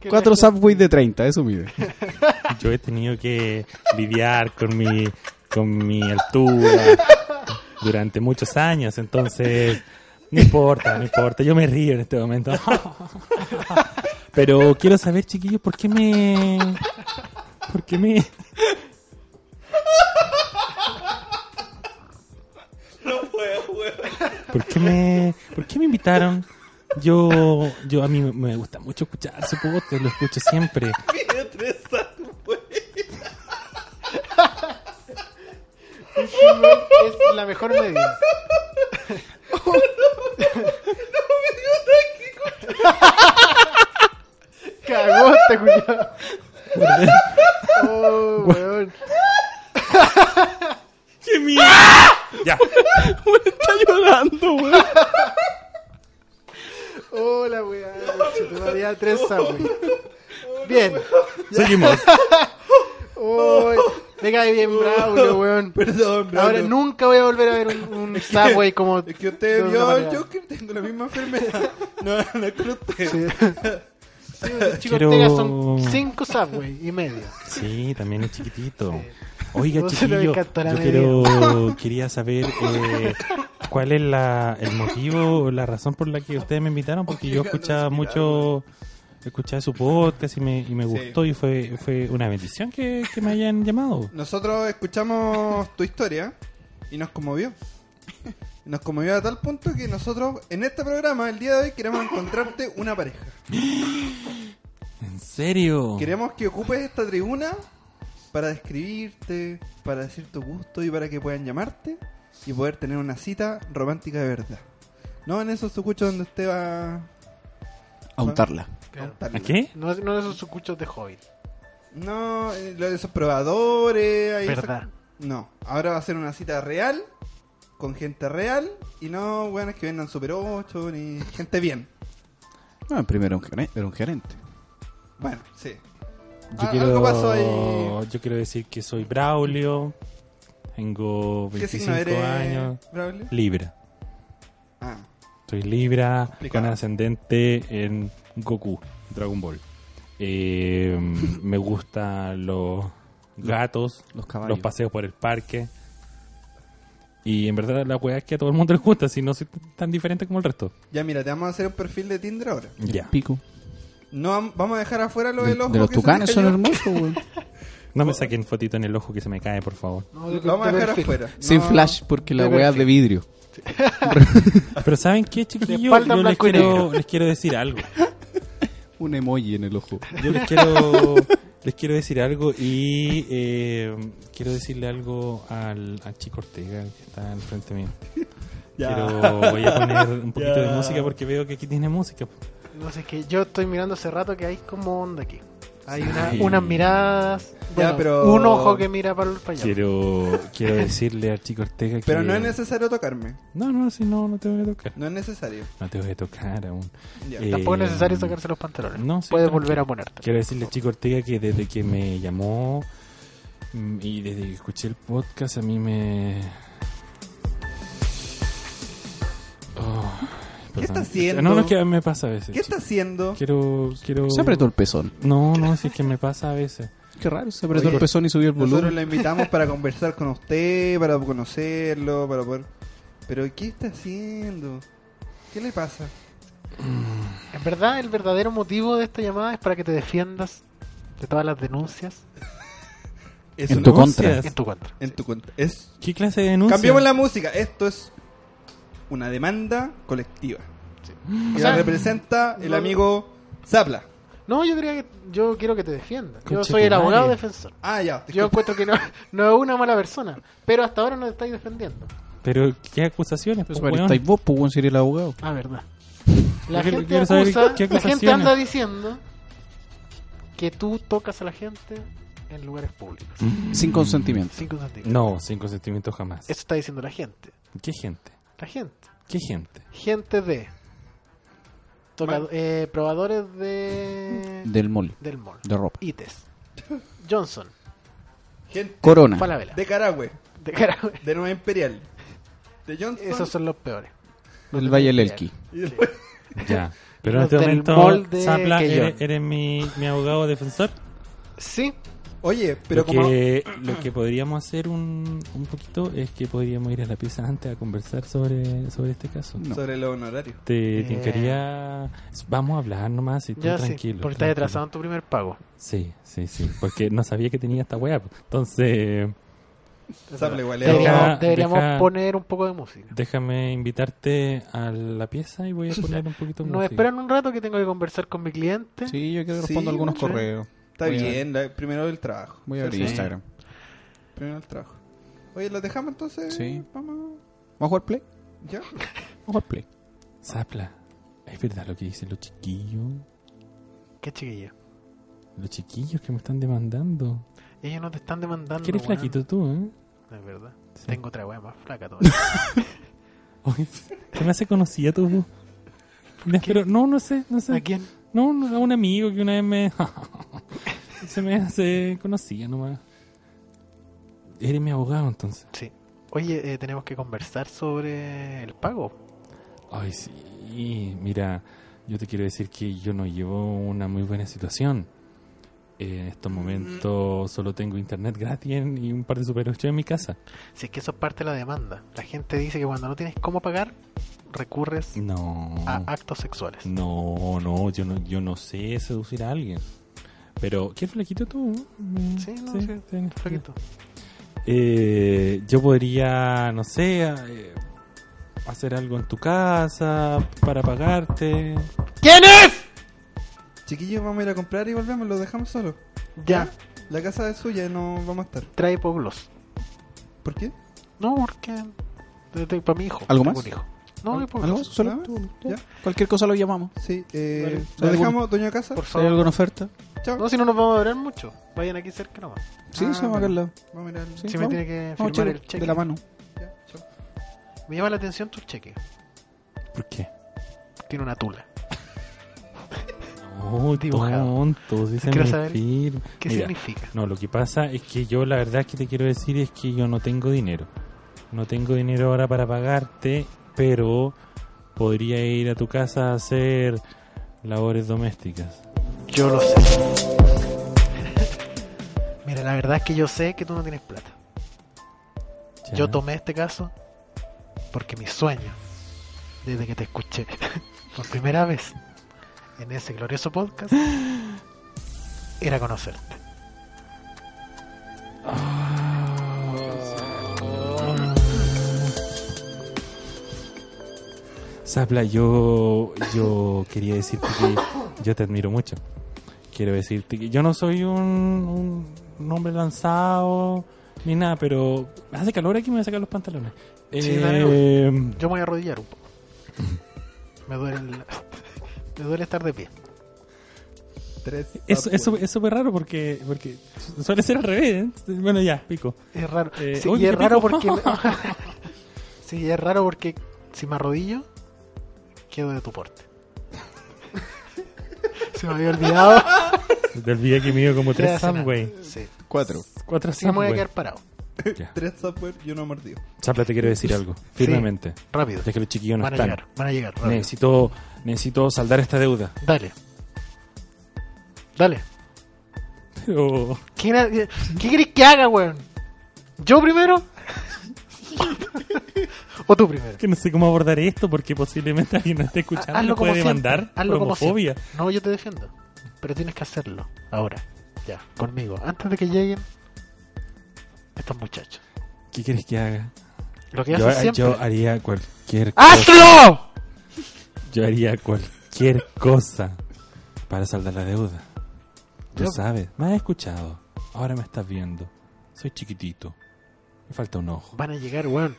que la
Cuatro
gente-
Subway de 30, eso mide.
Yo he tenido que lidiar con mi, con mi altura durante muchos años, entonces no importa, no importa. Yo me río en este momento. Pero quiero saber, chiquillos, ¿por qué me... ¿Por qué me... ¿Por qué me, por qué me invitaron? Yo, yo a mí me- me gusta mucho escuchar su podcast, lo escucho siempre.
Es la mejor medida. Cagó este cuñado. Oh, weón.
¡Qué mierda! ya.
Hola, weá. María tres Subway. Bien.
Seguimos.
Uy, me cae bien Braulio, weón.
Perdón, Braulio.
Ahora nunca voy a volver a ver un, un Subway como.
Es que usted
de otra
vio
manera.
el Joker, tengo la misma enfermedad. No, no es con usted.
Sí. Sí, los chicos
Quiero-
Ortega son cinco Subway y medio.
Sí, también es chiquitito. Oiga,
No se lo
chiquillo,
descartó la
yo quiero, quería saber eh, cuál es la, el motivo, o la razón por la que ustedes me invitaron, porque yo escuchaba mucho, escuchaba su podcast y me, y me gustó y fue, fue una bendición que, que me hayan llamado.
Nosotros escuchamos tu historia y nos conmovió. Nos conmovió a tal punto que nosotros en este programa, el día de hoy, queremos encontrarte una pareja.
¿En serio?
Queremos que ocupes esta tribuna para describirte, para decir tu gusto y para que puedan llamarte y poder tener una cita romántica de verdad. No en esos sucuchos donde usted va a
Autarla.
Claro.
untarla.
¿A qué?
No, no de esos sucuchos de Hobbit.
No, eh, lo de esos probadores. ahí esa-
Verdad.
No, ahora va a ser una cita real, con gente real y no buenas que vendan Super 8 ni gente bien.
No, primero era un gerente. Era un gerente.
Bueno, sí.
Yo,
Ah,
quiero,
algo pasó ahí.
yo quiero decir que soy Braulio, tengo
¿Qué
25
signo eres,
años,
Braulio?
Libra.
Ah,
Soy Libra
Complicado.
con ascendente en Goku, Dragon Ball. Eh, me gustan los gatos,
Los caballos.
los paseos por el parque. Y en verdad la weá es que a todo el mundo le gusta, si no soy tan diferente como el resto.
ya mira, te vamos a hacer un perfil de Tinder ahora.
Ya.
Pico.
No vam- vamos a dejar afuera lo
De,
del ojo.
de los
que se
tucanes
te
son
cayó.
hermosos, güey.
No me saquen fotito en el ojo que se me cae, por favor.
No, de-
Lo vamos a
de
dejar
perfil.
afuera.
Sin
No,
flash, porque la
de
wea es
perfil.
de vidrio.
Pero ¿saben qué, chiquillos?
De espalda
Yo les
blanco y
quiero,
negro.
les quiero decir algo.
Un emoji en el ojo.
Yo les quiero, les quiero decir algo y eh, quiero decirle algo al, al Chico Ortega que está al frente mío. Quiero, voy a poner un poquito de música porque veo que aquí tiene música.
No sé, es que yo estoy mirando hace rato que hay como onda aquí. Hay una-
Sí.
unas miradas. Bueno,
pero-
Un ojo que mira para, para allá.
Quiero, quiero decirle al chico Ortega que...
Pero no es necesario tocarme.
No, no, sí, no, no te voy a tocar.
No es necesario.
No te voy a tocar aún.
Ya.
Eh,
Tampoco es necesario sacarse los pantalones.
no, sí,
Puedes
tranquilo.
volver a ponerte.
Quiero decirle al chico Ortega que desde que me llamó mm, y desde que escuché el podcast a mí me... Oh, perdón.
está haciendo?
No, no, es que me pasa a veces.
¿Qué está
chico.
haciendo?
Quiero, quiero...
Se apretó el pezón.
No, no, sí es que me pasa a veces.
Qué raro, se apretó
Oye,
el pezón y subió el
Nosotros
volumen.
lo invitamos para conversar con usted, para conocerlo, para poder... Pero ¿qué está haciendo? ¿Qué le pasa?
En verdad, el verdadero motivo de esta llamada es para que te defiendas de todas las denuncias
Es
En
una
tu
voz-
contra.
en tu contra.
En tu contra. Es...
¿Qué clase de denuncia?
Cambiamos la música. Esto es una demanda colectiva. Que
O sea,
la representa el
no-
amigo Zapla.
No, yo diría que yo quiero que te defiendas. Yo
Conche
soy
tu
el abogado
madre.
defensor.
Ah, ya.
Yo encuentro que no, no es una mala persona, pero hasta ahora no te estáis defendiendo.
Pero, ¿qué acusaciones? po,
Pues, bueno,
weón?
estáis vos, pues, weón, si eres el abogado.
Ah, verdad. La
Yo
gente,
quiero saber
acusa-
qué
la gente
acusaciones.
anda diciendo que tú tocas a la gente en lugares públicos.
Sin consentimiento.
Sin consentimiento.
No, sin consentimiento jamás.
Eso está diciendo la gente.
¿Qué gente?
La gente.
¿Qué gente?
Gente de. toca- eh, probadores de.
Del mall,
Del mall.
de ropa.
Ites. Johnson.
Gente
Corona.
Falabella.
de Carahue,
de Carahue.
de Nueva Imperial, de Johnson.
Esos son los peores.
Del Valle del Elqui.
y después-
Ya. Pero en
Los
este
del
momento,
mall de
Zapla,
Quellón.
¿eres, eres mi, mi abogado defensor?
Sí,
Oye, pero
lo,
como...
que, lo que podríamos hacer un, un poquito es que podríamos ir a la pieza antes a conversar sobre, sobre este caso.
Sobre los honorarios.
Te
Eh.
tincaría... Vamos a hablar nomás y tú
ya sí.
tranquilo.
Porque estás
tranquilo.
atrasado en tu primer pago.
Sí, sí, sí. Porque no sabía que tenía esta weá. po. Entonces,
Zapla igual ¿eh? es
Deja-
Deberíamos,
abogado.
deberíamos
deja-
poner un poco de música.
déjame invitarte a la pieza y voy a poner un poquito de
Nos
música.
esperan un rato que tengo que conversar con mi cliente.
Sí, yo quiero
Sí,
responder algunos
sí.
correos.
Está
Voy a-
bien, la- primero el trabajo.
Voy a abrir
Sí.
Instagram.
Primero el trabajo. Oye, ¿los dejamos entonces?
Sí.
Vamos.
¿Vamos a jugar play?
¿Ya?
Vamos a jugar play.
Zapla, es verdad lo que dicen los chiquillos.
Qué chiquillo.
Los chiquillos que me están demandando.
Ellos no te están demandando.
Que eres
weón.
flaquito tú, ¿eh?
No, es verdad.
Sí.
Tengo otra weá más flaca todavía.
Oye, Se me hace conocida tu voz. Ya, Pero no, no sé, no
¿A
sé.
quién?
No, no, a un amigo que una vez me. Se me hace conocida nomás. Eres mi abogado entonces.
Sí. Oye, eh, tenemos que conversar sobre el pago.
Ay, sí. Mira, yo te quiero decir que yo no llevo una muy buena situación. Eh, en estos momentos solo tengo internet gratis en- y un par de Super 8 en mi casa.
Si es que eso es parte de la demanda. La gente dice que cuando no tienes cómo pagar, recurres
No.
Mm.
a actos sexuales.
No, no, yo no, yo no sé seducir a alguien. Pero, ¿qué flaquito tú? Mm,
Sí, no, sí,
sí.
Flaquito.
Eh, yo podría, no sé, a- eh, hacer algo en tu casa para pagarte.
¿Quién es?
Chiquillos, vamos a ir a comprar y volvemos, los dejamos solos.
Ya,
La casa es suya, no vamos a estar.
trae Pablos.
¿Por qué?
No, porque. Para mi hijo.
¿Algo
Tengo
más?
un hijo. No, hay Ah,
¿Algo?
Pablos.
¿Solo?
¿Nada más?
¿Tú- tú?
¿Ya?
Cualquier cosa lo llamamos.
Sí, eh,
Vale.
¿lo dejamos, dueño de casa?
Por
¿Hay
favor.
alguna oferta?
Chao.
No, si no nos vamos a durar mucho. Vayan aquí cerca nomás.
Sí,
Ah,
se llama acá al lado.
Vamos a mirar.
Sí,
Si me
vamos.
tiene que
Vamos,
firmar
chico,
el cheque.
de la mano.
Ya, chao.
Me llama la atención tu cheque.
¿Por qué?
Tiene una tula.
Oh,
Dibujado.
tontos, dicen
Quiero
mi
saber
firma.
¿Qué
Mira,
significa?
No, lo que pasa es que yo la verdad que te quiero decir es que yo no tengo dinero. No tengo dinero ahora para pagarte, pero podría ir a tu casa a hacer labores domésticas.
Yo lo sé. Mira, la verdad es que yo sé que tú no tienes plata.
Ya.
Yo tomé este caso porque mi sueño, desde que te escuché por primera vez en ese glorioso podcast, era conocerte.
Ah.
Zapla, yo, yo quería decirte que yo te admiro mucho. Quiero decirte que yo no soy un, un- un hombre lanzado ni nada, pero hace calor aquí me voy a sacar los pantalones.
Sí,
Eh,
dale. Yo me voy a arrodillar un poco. Me duele, el- me duele estar de pie.
Tres
Ah,
Eso,
Subway.
pues.
eso es súper raro porque, porque suele ser al revés. ¿eh? Bueno, ya, pico.
Es raro.
Eh,
sí,
uy,
y es
qué
raro
pico.
porque. sí, y es raro porque si me arrodillo, quedo de tu porte. Se me había olvidado.
Te olvidé que mido como
Queda
tres
sin
Subway.
nada. Sí.
Cuatro.
Cuatro
Así que me voy a
Subway.
quedar parado.
Tres Subway y uno mordido.
Chapla, te quiero decir algo. Firmemente.
Rápido.
Es que los chiquillos no
Van a
están.
llegar, van a llegar. rápido.
Necesito, necesito saldar esta deuda.
Dale. Dale.
Pero-
¿Qué, era- qué- qué querés que haga, weón? ¿Yo primero? ¿O tú primero?
que no sé cómo abordar esto porque posiblemente alguien nos esté escuchando y
Hazlo
nos
como
puede
siempre.
demandar por
Hazlo como
homofobia.
siempre. No, yo te defiendo. Pero tienes que hacerlo. Ahora. Ya. Conmigo. Antes de que lleguen estos muchachos.
¿Qué quieres que haga?
Lo que
Yo,
haces siempre. ¡Ah,
yo haría cualquier cosa.
¡Hazlo!
Yo haría cualquier cosa para saldar la deuda. Tú
Yo-
sabes, me has escuchado. Ahora me estás viendo. Soy chiquitito. Me falta un ojo.
Van a llegar, weón.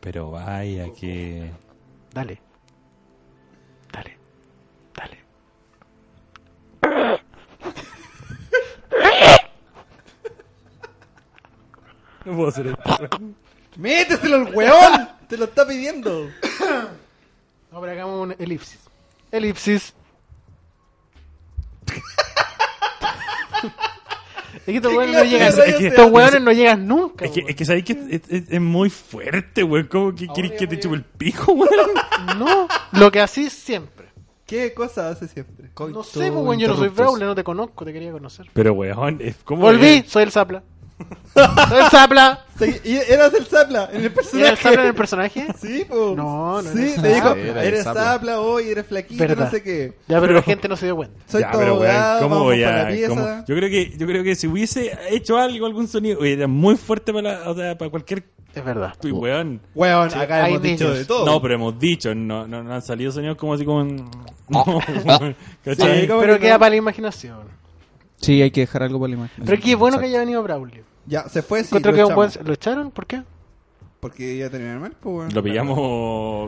Pero vaya que...
Dale. Dale. Dale.
No puedo hacer esto.
¡Méteselo al weón! ¡Te lo está pidiendo!
No, pero hagamos un elipsis. Elipsis. es que estos weones no llegan.
Es- es que-
Estos weones no llegan nunca.
Es que,
weón.
es que sabéis que es, es- es muy fuerte, güey. ¿Cómo que querés que te chupe el pico, güey?
No, lo que así siempre.
¿Qué cosa hace siempre?
No sé, pues, weón, yo no soy Braulio, no te conozco, te quería conocer.
Pero, weón, es como.
Volví, soy el Zapla. soy el Zapla.
Se- y eras el Zapla en el
¿Era el
personaje.
Zapla en el personaje?
Sí, po.
No, no
Sí,
eres
te dijo,
Zapla.
Era el
eres
Zapla.
Zapla hoy, eres flaquito,
Verdad.
no sé qué.
Ya, pero la gente no se dio cuenta.
Soy
Ya,
todo
pero, weón,
ahogado,
¿cómo
vamos
voy
para
a.?
la pieza.
cómo- Yo, creo que, yo creo que si hubiese hecho algo, algún sonido, era muy fuerte para, la- o sea, para cualquier.
Es verdad.
Uy, weón.
Weón, acá
hay
hemos dicho
niños.
de todo.
No, pero hemos dicho, no, no, no han salido sonidos como así como. en- No, weón, ¿cachai?
Sí, ¿cómo
Pero
que
queda
no?
para la imaginación.
Sí, hay que dejar algo para la imagen.
Pero qué bueno que
Exacto.
haya venido Braulio.
Ya, se fue, sí,
Encuentro
lo
que es un buen...
echamos.
¿Lo echaron? ¿Por qué?
Porque iba a terminar mal, pues, weón.
Lo pillamos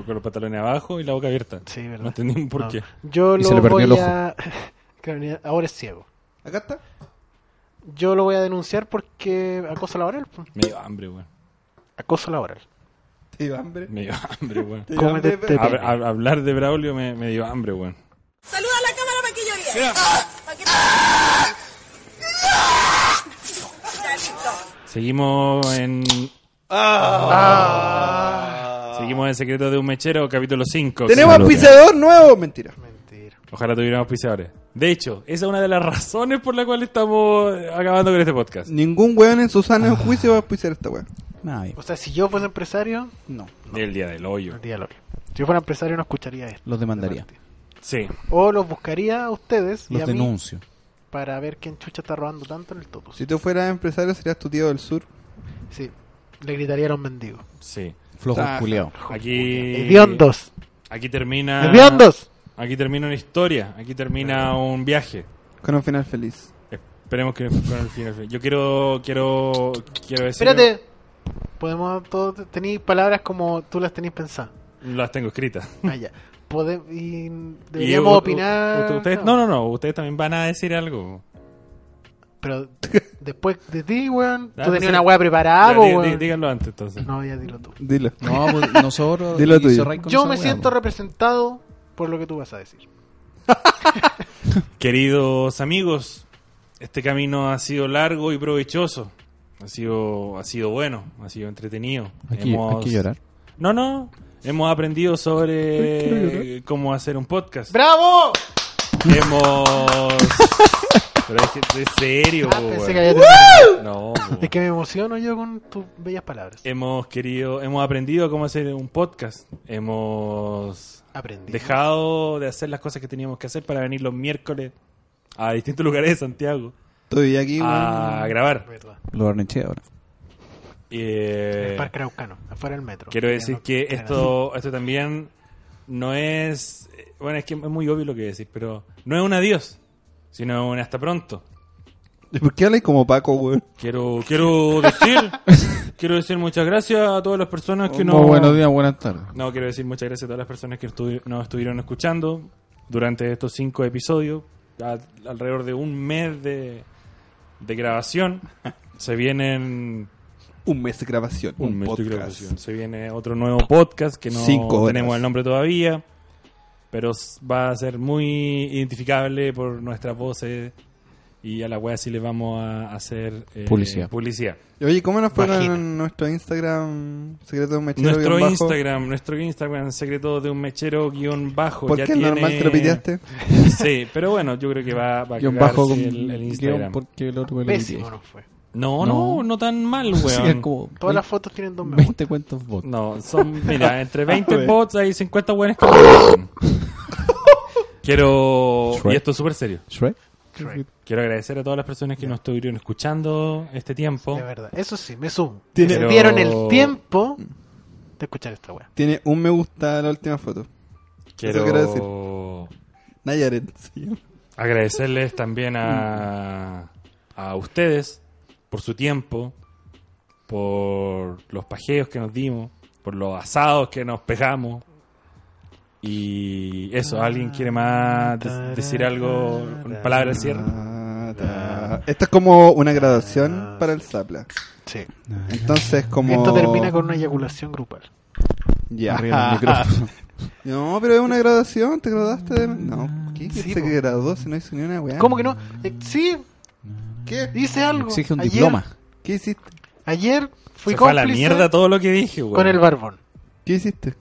con los pantalones abajo y la boca abierta.
Sí, verdad.
No entendí por
Ah.
No.
qué.
Yo
Y
lo
se le perdió
voy
el ojo.
a... Claro, ni- Ahora es ciego.
Acá está.
Yo lo voy a denunciar porque acoso laboral. po.
Me dio hambre, weón.
Acoso laboral.
Te dio hambre.
Me dio hambre, weón.
Te dio hambre,
Cómete
pero-
este
Hab- hab- hablar de Braulio me, me dio hambre, weón.
Saluda a la cámara para que yo diga. Pa' que- Ya, listo.
Seguimos en. Seguimos en Secreto de un Mechero, capítulo 5.
Ah. Tenemos auspiciador nuevo. Mentira.
Mentira.
Ojalá tuviéramos auspiciadores. De hecho, esa es una de las razones por la cual estamos acabando con este podcast.
Ningún weón en su
Ah.
sano juicio va a auspiciar esta weón.
Nadie.
O sea, si yo fuese empresario...
No,
El día del hoyo.
el día de hoy. Si yo fuera empresario no escucharía esto.
los demandaría.
Martín.
Sí.
O los buscaría a ustedes y
Los
a mí
denuncio.
para ver quién chucha está robando tanto en el topo.
Si tú fueras empresario, serías tu tío del sur.
Sí. Le gritaría a los mendigos.
Sí.
Flojo
Ah,
culiao.
Aquí. ah,
Hediondos.
Aquí termina.
Hediondos.
Aquí termina una historia. Aquí termina un viaje.
Con un final feliz.
Esperemos que con el final. Yo quiero. Quiero. Quiero decir.
Espérate. Podemos todos tenéis palabras como tú las tenéis pensadas.
Las tengo escritas.
Ah, ya. Pode- y
Y,
deberíamos
u- u-
opinar.
ustedes- no, no, no. Ustedes también van a decir algo.
Pero después de ti,
Ah,
weón. Tú
no
tenías
sé.
una weá
Ya,
preparada,
dí-
po,
dí-
weón.
díganlo antes, entonces.
No, ya dilo tú.
Dilo.
No, pues nosotros.
Dilo
y
tuyo.
cerráis con
Yo
esa
me
weá,
siento
po.
representado por lo que tú vas a decir.
Queridos amigos, este camino ha sido largo y provechoso. Ha sido, ha sido bueno, ha sido entretenido.
Hay que- hay que llorar.
No, no. Hemos aprendido sobre cómo hacer un podcast.
¡Bravo!
Hemos. Pero es que, de serio,
Ah,
po,
pensé
weón.
que había terminado.
No, po.
Es que me emociono yo con tus bellas palabras.
Hemos querido, hemos aprendido cómo hacer un podcast. Hemos
Aprendí.
dejado de hacer las cosas que teníamos que hacer para venir los miércoles a distintos lugares de Santiago
Estoy aquí, weón.
a grabar.
Verdad.
Lo horneché ahora.
Eh,
En el Parque Araucano, afuera del metro.
quiero
Ya
decir
no-
que
ya no-
esto, esto también no es. Bueno, es que es muy obvio lo que voy a decir, pero no es un adiós, sino un hasta pronto.
¿Y ¿Por qué hablas como Paco, weón?
Quiero, quiero decir, quiero decir muchas gracias a todas las personas que
No,
nos.
buenos días, buenas tardes.
No, quiero decir muchas gracias a todas las personas que estu- nos estuvieron escuchando durante estos cinco episodios. a- alrededor de un mes de, de grabación. Se vienen
Un mes de grabación. Un,
mes de
podcast.
grabación. Se viene otro nuevo podcast que no
Cinco horas.
tenemos el nombre todavía, pero s- va a ser muy identificable por nuestras voces y a la wea sí les vamos a hacer eh,
Publicidad.
publicidad.
Oye, ¿cómo nos fueron
Vagina.
en nuestro Instagram secreto de un mechero?
Nuestro
guión bajo?
Instagram, nuestro Instagram secreto de un mechero guión bajo.
¿Por
ya
qué el normal
tiene-
te lo piteaste?
Sí, pero bueno, yo creo que va, va a
Guión
cagarse
bajo con
el, el Instagram.
guión porque el otro me lo
Pésimo
pide.
no fue.
No, no,
No.
no tan mal,
Sí,
weón.
es como
Todas las
20,
fotos tienen dos me gusta.
20 cuentos bots.
No, son, mira, entre 20
Weón.
bots hay 50 weones que Quiero, y esto es súper serio,
Shrek.
Shrek,
quiero agradecer a todas las personas que nos estuvieron escuchando este tiempo.
De verdad. Eso sí, me sumo.
Tiene-
Se dieron el
Pero-
tiempo de escuchar esta wea.
Tiene un me gusta la última foto. Eso quiero decir.
Quiero
Nayaret. sí.
agradecerles también a, a ustedes por su tiempo, por los pajeos que nos dimos, por los asados que nos pegamos. Y eso, ¿alguien quiere más de- decir algo con palabras de cierre?
Ah, ta. Esto es como una graduación para el Zapla.
Sí.
Entonces, como.
Esto termina con una eyaculación grupal.
Ya.
Arriba del micrófono.
No, pero es una graduación. ¿Te graduaste de.?
Ah,
No. ¿Qué?
Sí,
se
po.
graduó si no hizo ni una weá?
¿Cómo que no? Eh, sí,
¿Qué?
hice algo.
Exige un
Ayer-
diploma.
¿Qué hiciste?
Ayer fui
Se fue a
cómplice
la mierda todo lo que dije, weón.
con el barbón.
¿Qué hiciste?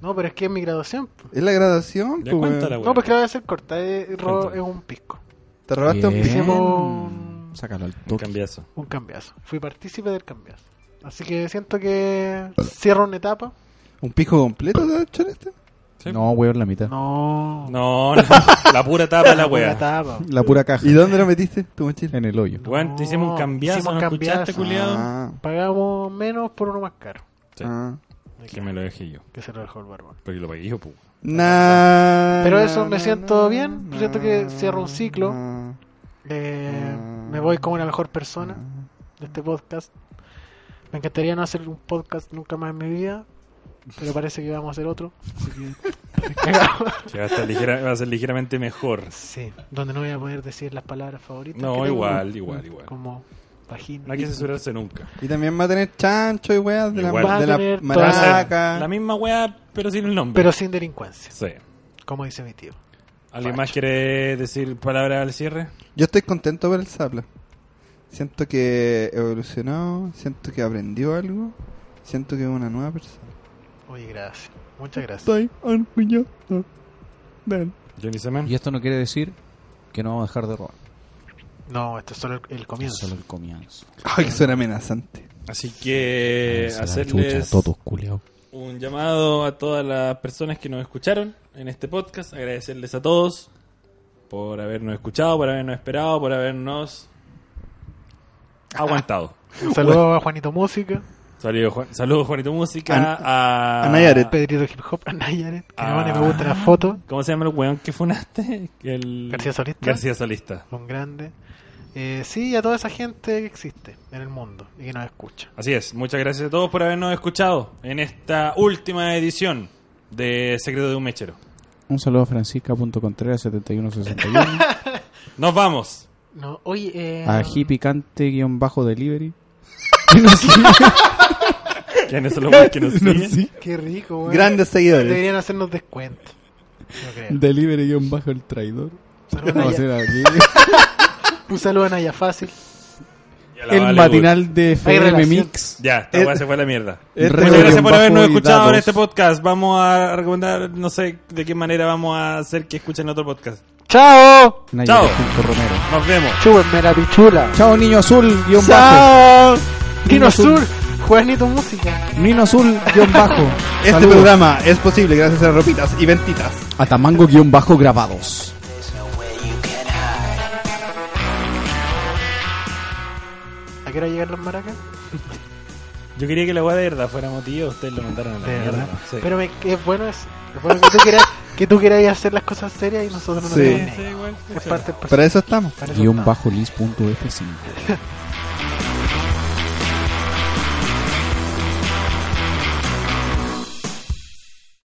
No, pero es que es mi graduación. po.
Es la graduación. Pues,
Ya
po,
cuéntala,
weón.
weón.
No, porque la voy a hacer corta. eh, ro-
Cuéntame.
es un pisco.
Te robaste un
Bien.
piso.
Hicimos un,
Sácalo al
Un
toque.
cambiazo.
un cambiazo. Fui partícipe del cambiazo. Así que siento que cierro una etapa.
¿Un pico completo te va a echar este?
Sí.
No, weón, la mitad.
No.
No, no, la pura tapa de Ah, la
Una
wea.
etapa.
La pura caja.
¿Y dónde lo metiste? Tu mochila.
En el hoyo.
Weón, te hicimos un cambiazo,
Hicimos
¿no escuchaste,
cambiazo.
culiado?
Ah,
Pagamos menos por uno más caro.
Sí.
ah.
Que me lo dejé yo,
Que se lo dejó el barbón.
porque lo pagué yo, pues. weón.
Nah,
Pero eso
nah,
me
nah,
siento
nah,
bien,
nah,
siento que cierro un ciclo.
nah.
Eh,
Ah.
me voy como una mejor persona de este podcast. Me encantaría no hacer un podcast nunca más en mi vida. Pero parece que vamos a hacer otro. Así que. cagamos.
Que va a, estar ligera- va a ser ligeramente mejor.
sí, donde no voy a poder decir las palabras favoritas. que
No,
tengo,
igual, igual, igual.
Como vagina.
No hay que censurarse nunca.
Y también va a tener chancho y weas de
Igual.
la, de
Va a
la
tener
Va a ser
maraca.
la misma wea, pero sin el nombre.
Pero sin delincuencia,
Sí.
como dice mi tío.
¿Alguien más quiere decir palabras al cierre?
Yo estoy contento por el Zapla. Siento que evolucionó, siento que aprendió algo, siento que es una nueva persona.
Oye, gracias. Muchas gracias.
Estoy orgulloso de él.
Johnny Semen.
Y esto no quiere decir que no vamos a dejar de robar.
No, esto es solo el, el comienzo.
Solo el comienzo.
Ah.
Ay, que suena amenazante.
Así que
Se la
hacerles
chucha, todos culiao.
un llamado a todas las personas que nos escucharon en este podcast. Agradecerles a todos por habernos escuchado, por habernos esperado, por habernos aguantado.
Un saludo a Juanito Música,
Saludos, Juan- saludos, Juanito Música.
An-
A,
a Nayaret.
Pedrito Hip Hop, a Nayaret, que
Ah.
me pone me gusta la foto.
¿Cómo se llama el weón que funaste? El...
García Solista.
García Solista.
Un grande. Eh, sí, a toda esa gente que existe en el mundo y que nos escucha.
Así es, muchas gracias a todos por habernos escuchado en esta última edición de Secreto de un Mechero.
Un saludo a francisca.contreras7161.
Nos vamos.
No, oye, eh,
a jipicante-delivery.
¿Quiénes son los weones que nos siguen?
qué rico, güey.
Grandes
eh,
seguidores.
Deberían hacernos descuento. No creo.
Delivery-el traidor.
Saludos a
No,
Naya-
será aquí.
Un saludo a Naya Fácil.
Y a la
El
Vale
matinal de FM
relación.
Mix.
Good. Ya, esta weá se fue a la mierda.
Este
Muchas
weón
gracias por
bajo
habernos
y
escuchado en
dados.
este podcast. Vamos a recomendar, no sé de qué manera vamos a hacer que escuchen otro podcast.
¡Chao!
Chao.
Nayarit Pinto Romero.
Nos vemos.
Chúvenme la pichula.
Chao, Niño Azul, guión bajo.
¡Chao! Nino
Azul.
Sur, Juanito Música.
Nino Azul, guión bajo.
Este
Saludos.
programa es posible gracias a ropitas y ventitas.
Atamango, guión bajo, grabados.
¿A qué hora llegan las maracas?
Yo quería que la weá de verdad fuera motivo, ustedes lo mandaron a la
De
mierda.
verdad.
Sí.
Pero me- es bueno eso. Es bueno que tú, quieras, que tú quieras hacer las cosas serias y nosotros no
Sí.
tenemos ni idea. Es parte del proceso.
Para eso estamos.
Para eso
Guión
estamos.
bajo, lis.f5.